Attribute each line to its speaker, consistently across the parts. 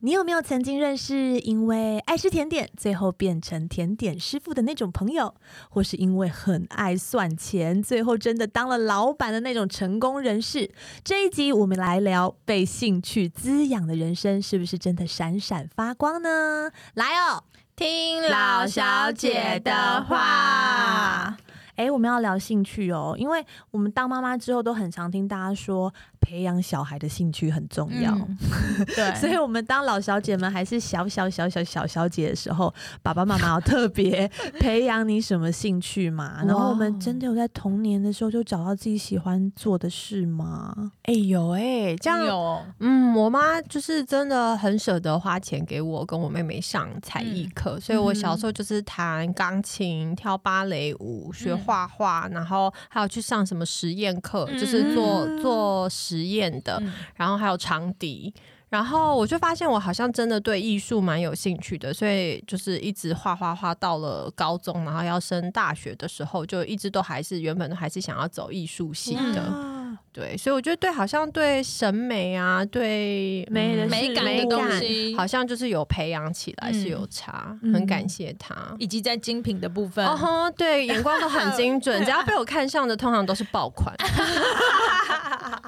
Speaker 1: 你有没有曾经认识因为爱吃甜点，最后变成甜点师傅的那种朋友，或是因为很爱算钱，最后真的当了老板的那种成功人士？这一集我们来聊，被兴趣滋养的人生是不是真的闪闪发光呢？来哦，
Speaker 2: 听老小姐的
Speaker 3: 嗯
Speaker 2: 话。
Speaker 1: 哎，我们要聊兴趣哦，因为我们当妈妈之后都很常听大家说，培养小孩的兴趣很重要。
Speaker 2: 嗯
Speaker 3: 哎
Speaker 2: 对，
Speaker 1: 所以，我们当老小姐们还是小小小小小小姐的时候，爸爸妈妈要特别培养你什么兴趣嘛？然后，我们真的有在童年的时候就找到自己喜欢做的事吗？
Speaker 2: 哎有哎，这样
Speaker 3: 有
Speaker 2: 嗯，我妈就是真的很舍得花钱给我跟我妹妹上才艺课，所以我小时候就是弹钢琴、跳芭蕾舞、学画画，然后还有去上什么实验课，
Speaker 3: 嗯
Speaker 2: 就是做做实验的，
Speaker 3: 嗯
Speaker 2: 然后还有长笛。然后我就发现我好像真的对艺术蛮有兴趣的，所以就是一直画画画到了高中，然后要升大学的时候，就一直都还是原本都还是想要走艺术系的。
Speaker 1: 啊
Speaker 3: 嗯
Speaker 2: 对，所以我觉得对，好像对审美啊，对
Speaker 1: 美的
Speaker 2: 嗯
Speaker 1: 事
Speaker 3: 美
Speaker 1: 物
Speaker 3: 感的东西，
Speaker 2: 好像就是有培养起来
Speaker 3: 嗯
Speaker 2: 是有差，
Speaker 1: 嗯
Speaker 2: 很感谢他。
Speaker 3: 以及在精品的部分
Speaker 2: 哦吼，对，眼光都很精准，只要被我看上的，通常都是爆款。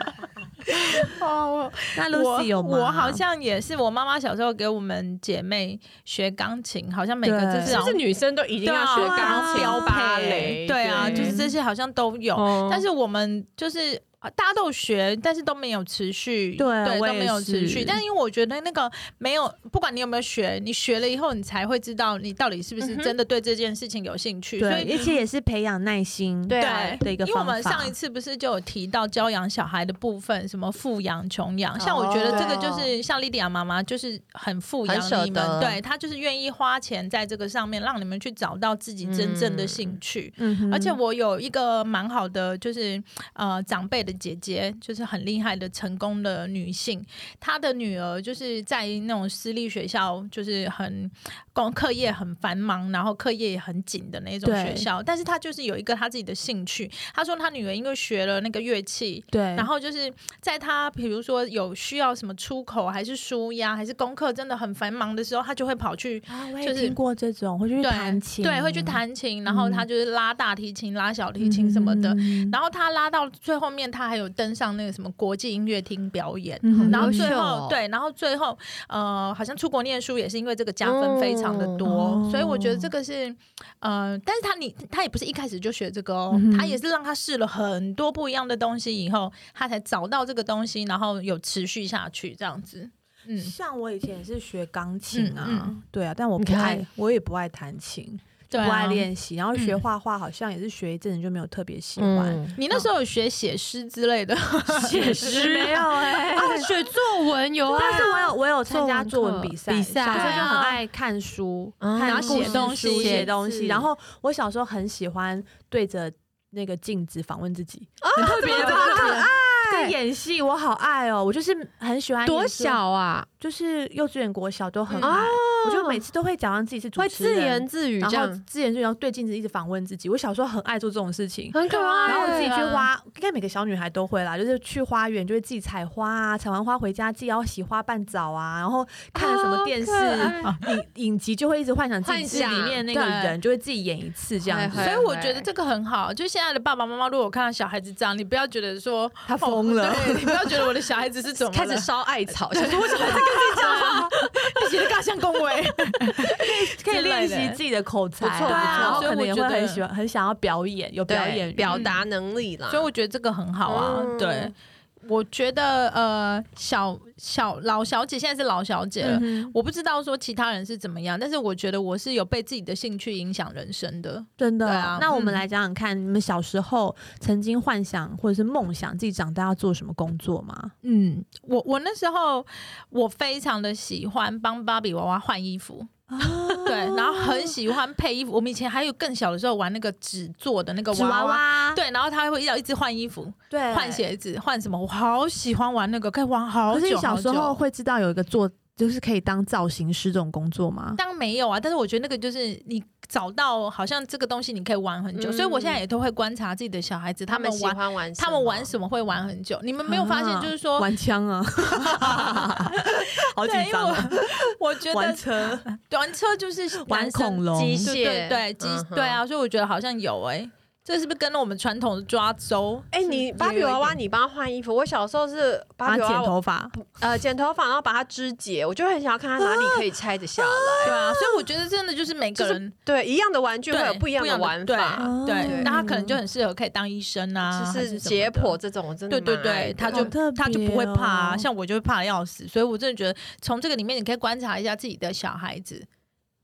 Speaker 3: 哦，
Speaker 1: 那 Lucy 有吗？
Speaker 3: 我我好像也是，我妈妈小时候给我们姐妹学钢琴，好像每个
Speaker 1: 对
Speaker 3: 就是好像
Speaker 4: 女生都一
Speaker 3: 对啊
Speaker 1: 标配
Speaker 3: 对啊，就是
Speaker 2: 嗯
Speaker 3: 这些好像都有，
Speaker 1: 嗯
Speaker 2: 哦
Speaker 3: 但是我们就是。啊大家都有学，但是都没有持续，
Speaker 1: 对
Speaker 3: 对，都
Speaker 1: 我也
Speaker 3: 没有持续
Speaker 1: 是。
Speaker 3: 但因为我觉得那个没有，不管你有没有学，你学了以后，你才会知道你到底是不是
Speaker 2: 嗯哼
Speaker 3: 真的对这件事情有兴趣。所以
Speaker 1: 对，而且也是培养耐心。
Speaker 2: 对啊
Speaker 3: 对
Speaker 1: 的一个
Speaker 3: 因为我们
Speaker 1: 方法
Speaker 3: 上一次不是就有提到教养小孩的部分，什么富养、穷
Speaker 1: 哦
Speaker 3: 养，像我觉得这个就是像莉迪亚妈妈就是很富
Speaker 2: 很舍
Speaker 3: 养你们，
Speaker 2: 得
Speaker 3: 对她就是愿意花钱在这个上面，让你们去找到自己真正的兴趣。
Speaker 1: 嗯哼
Speaker 3: 而且我有一个蛮好的，就是呃长辈的姐姐，就是很厉害的成功的女性，她的女儿就是在那种私立学校，就是很工课业很繁忙，然后课业也很紧的那种
Speaker 1: 对
Speaker 3: 学校，但是她就是有一个她自己的兴趣。她说她女儿因为学了那个乐器。
Speaker 1: 对，
Speaker 3: 然后就是在她比如说有需要什么出口，还是书呀，还是功课真的很繁忙的时候，她就会跑去
Speaker 1: 啊我也
Speaker 3: 就是
Speaker 1: 听过这种，会去
Speaker 3: 对
Speaker 1: 弹琴，
Speaker 3: 对，会去弹琴，然后他就是拉大提琴、拉小提
Speaker 1: 嗯
Speaker 3: 琴什么的。，然后他拉到最后面，他还有登上那个什么国际音乐厅表演。
Speaker 1: 嗯
Speaker 3: 然后
Speaker 2: 优秀
Speaker 3: 最后、
Speaker 2: 哦
Speaker 3: 对，然后最后呃，好像出国念书也是因为这个加分非常的多，
Speaker 1: 哦
Speaker 3: 所以我觉得这个是呃，但是他你他也不是一开始就学这个哦，
Speaker 1: 嗯哼
Speaker 3: 他也是让他试了很多不一样的东西以后，他才找到这个东西，然后有持续下去这样子。嗯，
Speaker 1: 像我以前也是学钢琴啊，
Speaker 3: 嗯嗯
Speaker 1: 对啊，但我不
Speaker 2: 你看
Speaker 1: 爱，我也不爱弹琴，
Speaker 3: 对、
Speaker 1: 不爱
Speaker 3: 啊。
Speaker 1: 练习，然后学
Speaker 3: 嗯
Speaker 1: 画画好像也是学一阵子就没有特别喜欢。
Speaker 2: 嗯，
Speaker 3: 你那时候有学写诗之类的？
Speaker 2: 写诗
Speaker 1: 没有 哎、
Speaker 2: 啊，写作文有啊，
Speaker 1: 但是我有我有参加作文比赛，
Speaker 2: 比赛
Speaker 1: 小时候就很
Speaker 3: 啊
Speaker 1: 爱看书，
Speaker 2: 嗯
Speaker 1: 看
Speaker 2: 然后
Speaker 1: 故
Speaker 2: 写
Speaker 1: 事
Speaker 3: 东
Speaker 1: 书
Speaker 3: 西
Speaker 1: 写
Speaker 3: 写
Speaker 1: 东西。
Speaker 3: 字
Speaker 1: 然后我小时候很喜欢对着那个镜子访问自己，
Speaker 2: 很特
Speaker 1: 别吧这个演戏我好爱哦，我就是很喜欢演
Speaker 2: 多
Speaker 1: 出，
Speaker 2: 小啊，
Speaker 1: 就是幼稚园、国小都很
Speaker 3: 嗯
Speaker 1: 爱，我就每次都会假装自己是主
Speaker 2: 会
Speaker 1: 持人，
Speaker 2: 自言自语
Speaker 1: 然
Speaker 2: 这
Speaker 1: 后
Speaker 2: 样，
Speaker 1: 自言自语，然后对镜子一直访问自己。我小时候很爱做这种事情。
Speaker 2: 很可爱。
Speaker 1: 然后我 自己去
Speaker 2: 挖，
Speaker 1: 花，应该每个小女孩都会啦，就是去花园就会自己采花啊，采完花回家自己要洗花瓣澡啊，然后看了什么电视
Speaker 2: 好可爱
Speaker 1: 影影集就会一直幻想自己是
Speaker 2: 幻
Speaker 1: 里
Speaker 2: 想
Speaker 1: 面那个
Speaker 3: 对
Speaker 1: 人，就会自己演一次这样子
Speaker 2: 嗨。
Speaker 3: 所
Speaker 2: 嗨
Speaker 3: 以我觉得这个很好，就现在的爸爸妈妈，如果看到小孩子这样，你不要觉得说
Speaker 1: 他疯了
Speaker 3: 哦对你不要觉得我的小孩子是怎么了
Speaker 2: 开始烧艾草，想说
Speaker 3: 我小孩子跟你讲啊，你写的尬相恭维，
Speaker 1: 可以练习
Speaker 3: 之类的
Speaker 1: 自己的口才啊，
Speaker 2: 不错不错
Speaker 1: 然后
Speaker 3: 所以
Speaker 1: 可能
Speaker 3: 我
Speaker 1: 也
Speaker 3: 觉
Speaker 1: 会很
Speaker 3: 得
Speaker 1: 喜欢，很想要表演，有表演欲
Speaker 2: 对表达能力啦，
Speaker 3: 所以我觉得这个很好啊。
Speaker 2: 嗯
Speaker 3: 对，我觉得呃，小小老小姐现在是老小姐了。
Speaker 1: 嗯哼
Speaker 3: 我不知道说其他人是怎么样，但是我觉得我是有被自己的兴趣影响人生的。
Speaker 1: 真的
Speaker 3: 对啊
Speaker 1: 那我们
Speaker 3: 嗯
Speaker 1: 来讲讲看，你们小时候曾经幻想或者是梦想自己长大要做什么工作吗？
Speaker 3: 嗯，我我那时候我非常的喜欢帮芭比娃娃换衣服，
Speaker 1: 哦
Speaker 3: 对，然后很喜欢配衣服。我们以前还有更小的时候玩那个纸做的那个
Speaker 1: 纸娃
Speaker 3: 娃
Speaker 1: 娃，
Speaker 3: 对，然后他会要一直换衣服、
Speaker 1: 对
Speaker 3: 换鞋子、换什么，我好喜欢玩那个，可以玩好
Speaker 1: 可是你
Speaker 3: 久
Speaker 1: 小
Speaker 3: 好
Speaker 1: 时
Speaker 3: 久。
Speaker 1: 候会知道有一个做就是可以当造型师这种工作吗？
Speaker 3: 当然没有啊，但是我觉得那个就是你找到好像这个东西你可以玩很久，
Speaker 2: 嗯
Speaker 3: 所以我现在也都会观察自己的小孩子，他
Speaker 2: 他
Speaker 3: 们
Speaker 2: 们喜
Speaker 3: 玩
Speaker 2: 欢玩什么，
Speaker 3: 他们玩什么会玩很久。你们没有发现
Speaker 1: 啊
Speaker 3: 就是说，
Speaker 1: 玩枪 啊，好紧
Speaker 3: 对，因为
Speaker 1: 张啊！
Speaker 3: 我我觉
Speaker 1: 玩
Speaker 3: 得
Speaker 1: 车、
Speaker 3: 玩 车就是
Speaker 1: 玩
Speaker 3: 男生
Speaker 1: 恐龙，
Speaker 2: 机
Speaker 3: 对对
Speaker 2: 械
Speaker 3: 对，机
Speaker 2: 嗯哼
Speaker 3: 对啊，所以我觉得好像有哎、这是不是跟我们传统的抓周？
Speaker 2: 哎、你芭比娃娃，你帮他换衣服。我小时候是芭
Speaker 1: 把
Speaker 2: 比
Speaker 1: 剪
Speaker 2: 娃娃，
Speaker 1: 头发，
Speaker 2: 呃，剪头发，然后把它肢解，我就很想要看它哪里可以拆得下来。
Speaker 3: 对啊，所以我觉得真的就是每个人
Speaker 2: 对，一样的玩具会有
Speaker 3: 对
Speaker 2: 不一样的玩法，
Speaker 1: 哦
Speaker 3: 对，那他可能就
Speaker 1: 嗯
Speaker 3: 很适合可以当医生啊，还
Speaker 2: 就是是
Speaker 3: 什么
Speaker 2: 解
Speaker 3: 的
Speaker 2: 剖这种，我真的
Speaker 3: 对对
Speaker 2: 蛮爱
Speaker 3: 对，
Speaker 2: 的
Speaker 3: 他
Speaker 1: 好
Speaker 3: 就
Speaker 1: 特
Speaker 3: 他就不会
Speaker 1: 别
Speaker 3: 怕啊、
Speaker 1: 哦
Speaker 3: 像我就会怕的要死，所以我真的觉得从这个里面你可以观察一下自己的小孩子，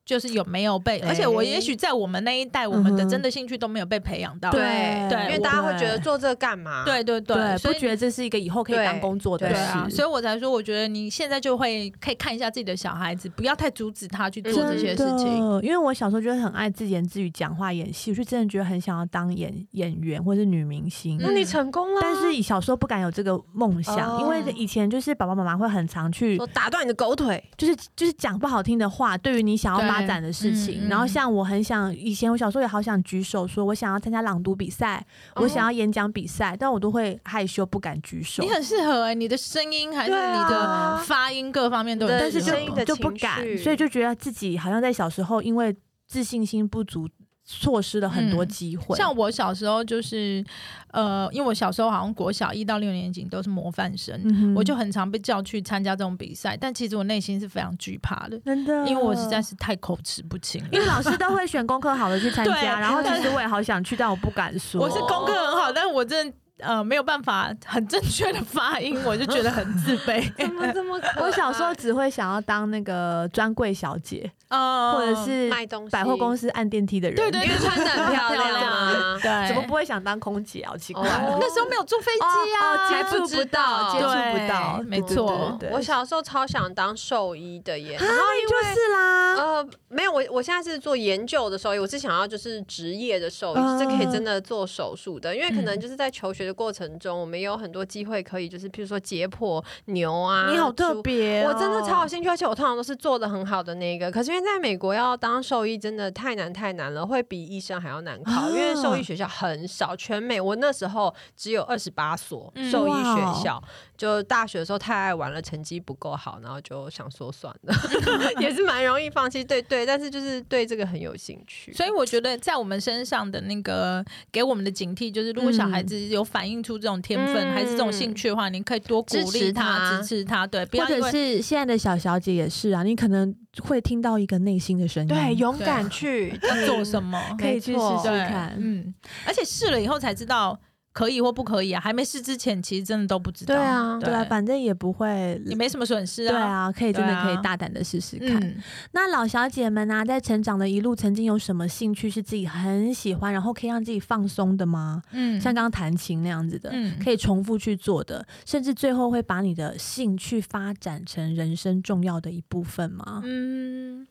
Speaker 3: 就是有没有被，而且我也
Speaker 2: 哎
Speaker 3: 许在我们那一代，我们的
Speaker 1: 嗯哼
Speaker 3: 真的兴趣都没有被培养到，
Speaker 2: 对
Speaker 1: 对啊
Speaker 2: 因为大家会觉得做这个干嘛？，
Speaker 3: 对对
Speaker 1: 对，
Speaker 3: 所
Speaker 1: 不
Speaker 3: 以
Speaker 1: 觉得这是一个以后可以
Speaker 2: 对
Speaker 1: 当工作的
Speaker 3: 对
Speaker 1: 事
Speaker 3: 啊，所以我才说，我觉得你现在就会可以看一下自己的小孩子，不要太阻止他去做
Speaker 2: 嗯
Speaker 3: 这些事情。，
Speaker 1: 因为我小时候就是很爱自言自语、讲话、演戏，我就真的觉得很想要当演演员或是女明星。
Speaker 3: 嗯
Speaker 2: 那你成功了。
Speaker 3: 啊
Speaker 1: 但是小时候不敢有这个梦想，
Speaker 2: 哦
Speaker 1: 因为以前就是爸爸妈妈会很常去
Speaker 2: 说打断你的狗腿，
Speaker 1: 就是就是讲不好听的话，对于你想要发
Speaker 3: 对
Speaker 1: 展的事情。
Speaker 3: 嗯嗯
Speaker 1: 然后像我很想，以前我小时候也好想举手，说我想要参加朗读比赛，我想要演讲比赛，但我都会害羞不敢举手
Speaker 3: 哦你。很适合哎、你的声音还是
Speaker 2: 对啊
Speaker 3: 你的发音各方面都很
Speaker 2: 对
Speaker 1: 但是
Speaker 3: 适合
Speaker 1: 就
Speaker 2: 声音的
Speaker 1: 就不
Speaker 2: 情
Speaker 1: 敢，
Speaker 2: 绪
Speaker 1: 所以就觉得自己好像在小时候因为自信心不足，错失了很多
Speaker 3: 嗯
Speaker 1: 机会。
Speaker 3: 像我小时候就是，呃，因为我小时候好像国小一到六年级都是模范生，
Speaker 1: 嗯哼
Speaker 3: 我就很常被叫去参加这种比赛，但其实我内心是非常惧怕的，
Speaker 1: 真的，
Speaker 3: 因为我实
Speaker 1: 嗯
Speaker 3: 在是太口齿不清
Speaker 1: 因
Speaker 3: 了。
Speaker 1: 为老师都会选功课好的去参
Speaker 3: 对
Speaker 1: 加，然后
Speaker 3: 但
Speaker 1: 其实我也好想去，但我不敢说。
Speaker 3: 我是功课很好，但我真的呃没有办法很正确的发音，我就觉得很自卑。
Speaker 2: 怎么这么可爱？
Speaker 1: 我小时候只会想要当那个专柜小姐，
Speaker 3: 呃，
Speaker 1: 或者是
Speaker 2: 卖东西，
Speaker 1: 百货公司按电梯的人。
Speaker 3: 对对。
Speaker 2: 因为穿的很漂亮啊
Speaker 3: 嗯对，
Speaker 1: 怎么不会想当空姐啊？好奇怪。
Speaker 2: 哦
Speaker 3: 那时候没有坐飞机
Speaker 1: 哦
Speaker 3: 啊？
Speaker 1: 哦接
Speaker 2: 还不
Speaker 1: 触
Speaker 2: 知
Speaker 1: 不到，
Speaker 2: 道
Speaker 1: 接触不到，
Speaker 3: 对没
Speaker 1: 对对
Speaker 3: 错
Speaker 1: 对对
Speaker 2: 我
Speaker 1: 对
Speaker 2: 小时候超想当兽医的耶，
Speaker 1: 啊，你就是啦，
Speaker 2: 呃，没有，我我现在是做研究的兽医，我是想要就是职业的兽医，
Speaker 1: 嗯
Speaker 2: 是可以真的做手术的，因为可能
Speaker 3: 嗯
Speaker 2: 就是在求学的过程中，我们也有很多机会可以就是譬如说解剖牛啊，
Speaker 1: 你好特
Speaker 2: 猪。
Speaker 1: 别哦，
Speaker 2: 我真的超有兴趣，而且我通常都是做的很好的那一个。可是因为在美国要当兽医真的太难太难了，会比医生还要难考，
Speaker 1: 啊
Speaker 2: 因为兽医学校很少，全美我那时候只有二十八所
Speaker 3: 嗯
Speaker 2: 兽医
Speaker 1: 哇哦
Speaker 2: 学校。就大学的时候太爱玩了，成绩不够好，然后就想说算了， 也是蛮容易放弃。对对，但是就是对这个很有兴趣。
Speaker 3: 所以我觉得，在我们身上的那个给我们的警惕，就是如果小
Speaker 1: 嗯
Speaker 3: 孩子有反映出这种天分、
Speaker 2: 嗯
Speaker 3: 还是这种兴趣的话，你可以多鼓
Speaker 2: 支
Speaker 3: 励
Speaker 2: 持
Speaker 3: 他、
Speaker 2: 他
Speaker 3: 支持他，对，不
Speaker 1: 或
Speaker 3: 要因
Speaker 1: 者
Speaker 3: 为
Speaker 1: 是现在的小小姐也是啊，你可能会听到一个内心的声音，
Speaker 2: 对，勇敢去
Speaker 3: 要做什么，
Speaker 1: 可以去试试
Speaker 2: 没错
Speaker 3: 对
Speaker 1: 看，
Speaker 3: 嗯，而且试了以后才知道可以或不可以啊，还没试之前其实真的都不知道，
Speaker 2: 对啊
Speaker 1: 对啊，反正也不会。
Speaker 3: 也没什么损失
Speaker 1: 对
Speaker 3: 啊，
Speaker 1: 啊，可以真
Speaker 3: 对
Speaker 1: 的
Speaker 3: 啊
Speaker 1: 可以大胆的试试啊看。
Speaker 3: 嗯，
Speaker 1: 那老小姐们呢、在成长的一路，曾经有什么兴趣是自己很喜欢，然后可以让自己放松的吗？
Speaker 3: 嗯
Speaker 1: 像刚刚弹琴那样子的，
Speaker 3: 嗯
Speaker 1: 可以重复去做的，甚至最后会把你的兴趣发展成人生重要的一部分吗？
Speaker 3: 嗯，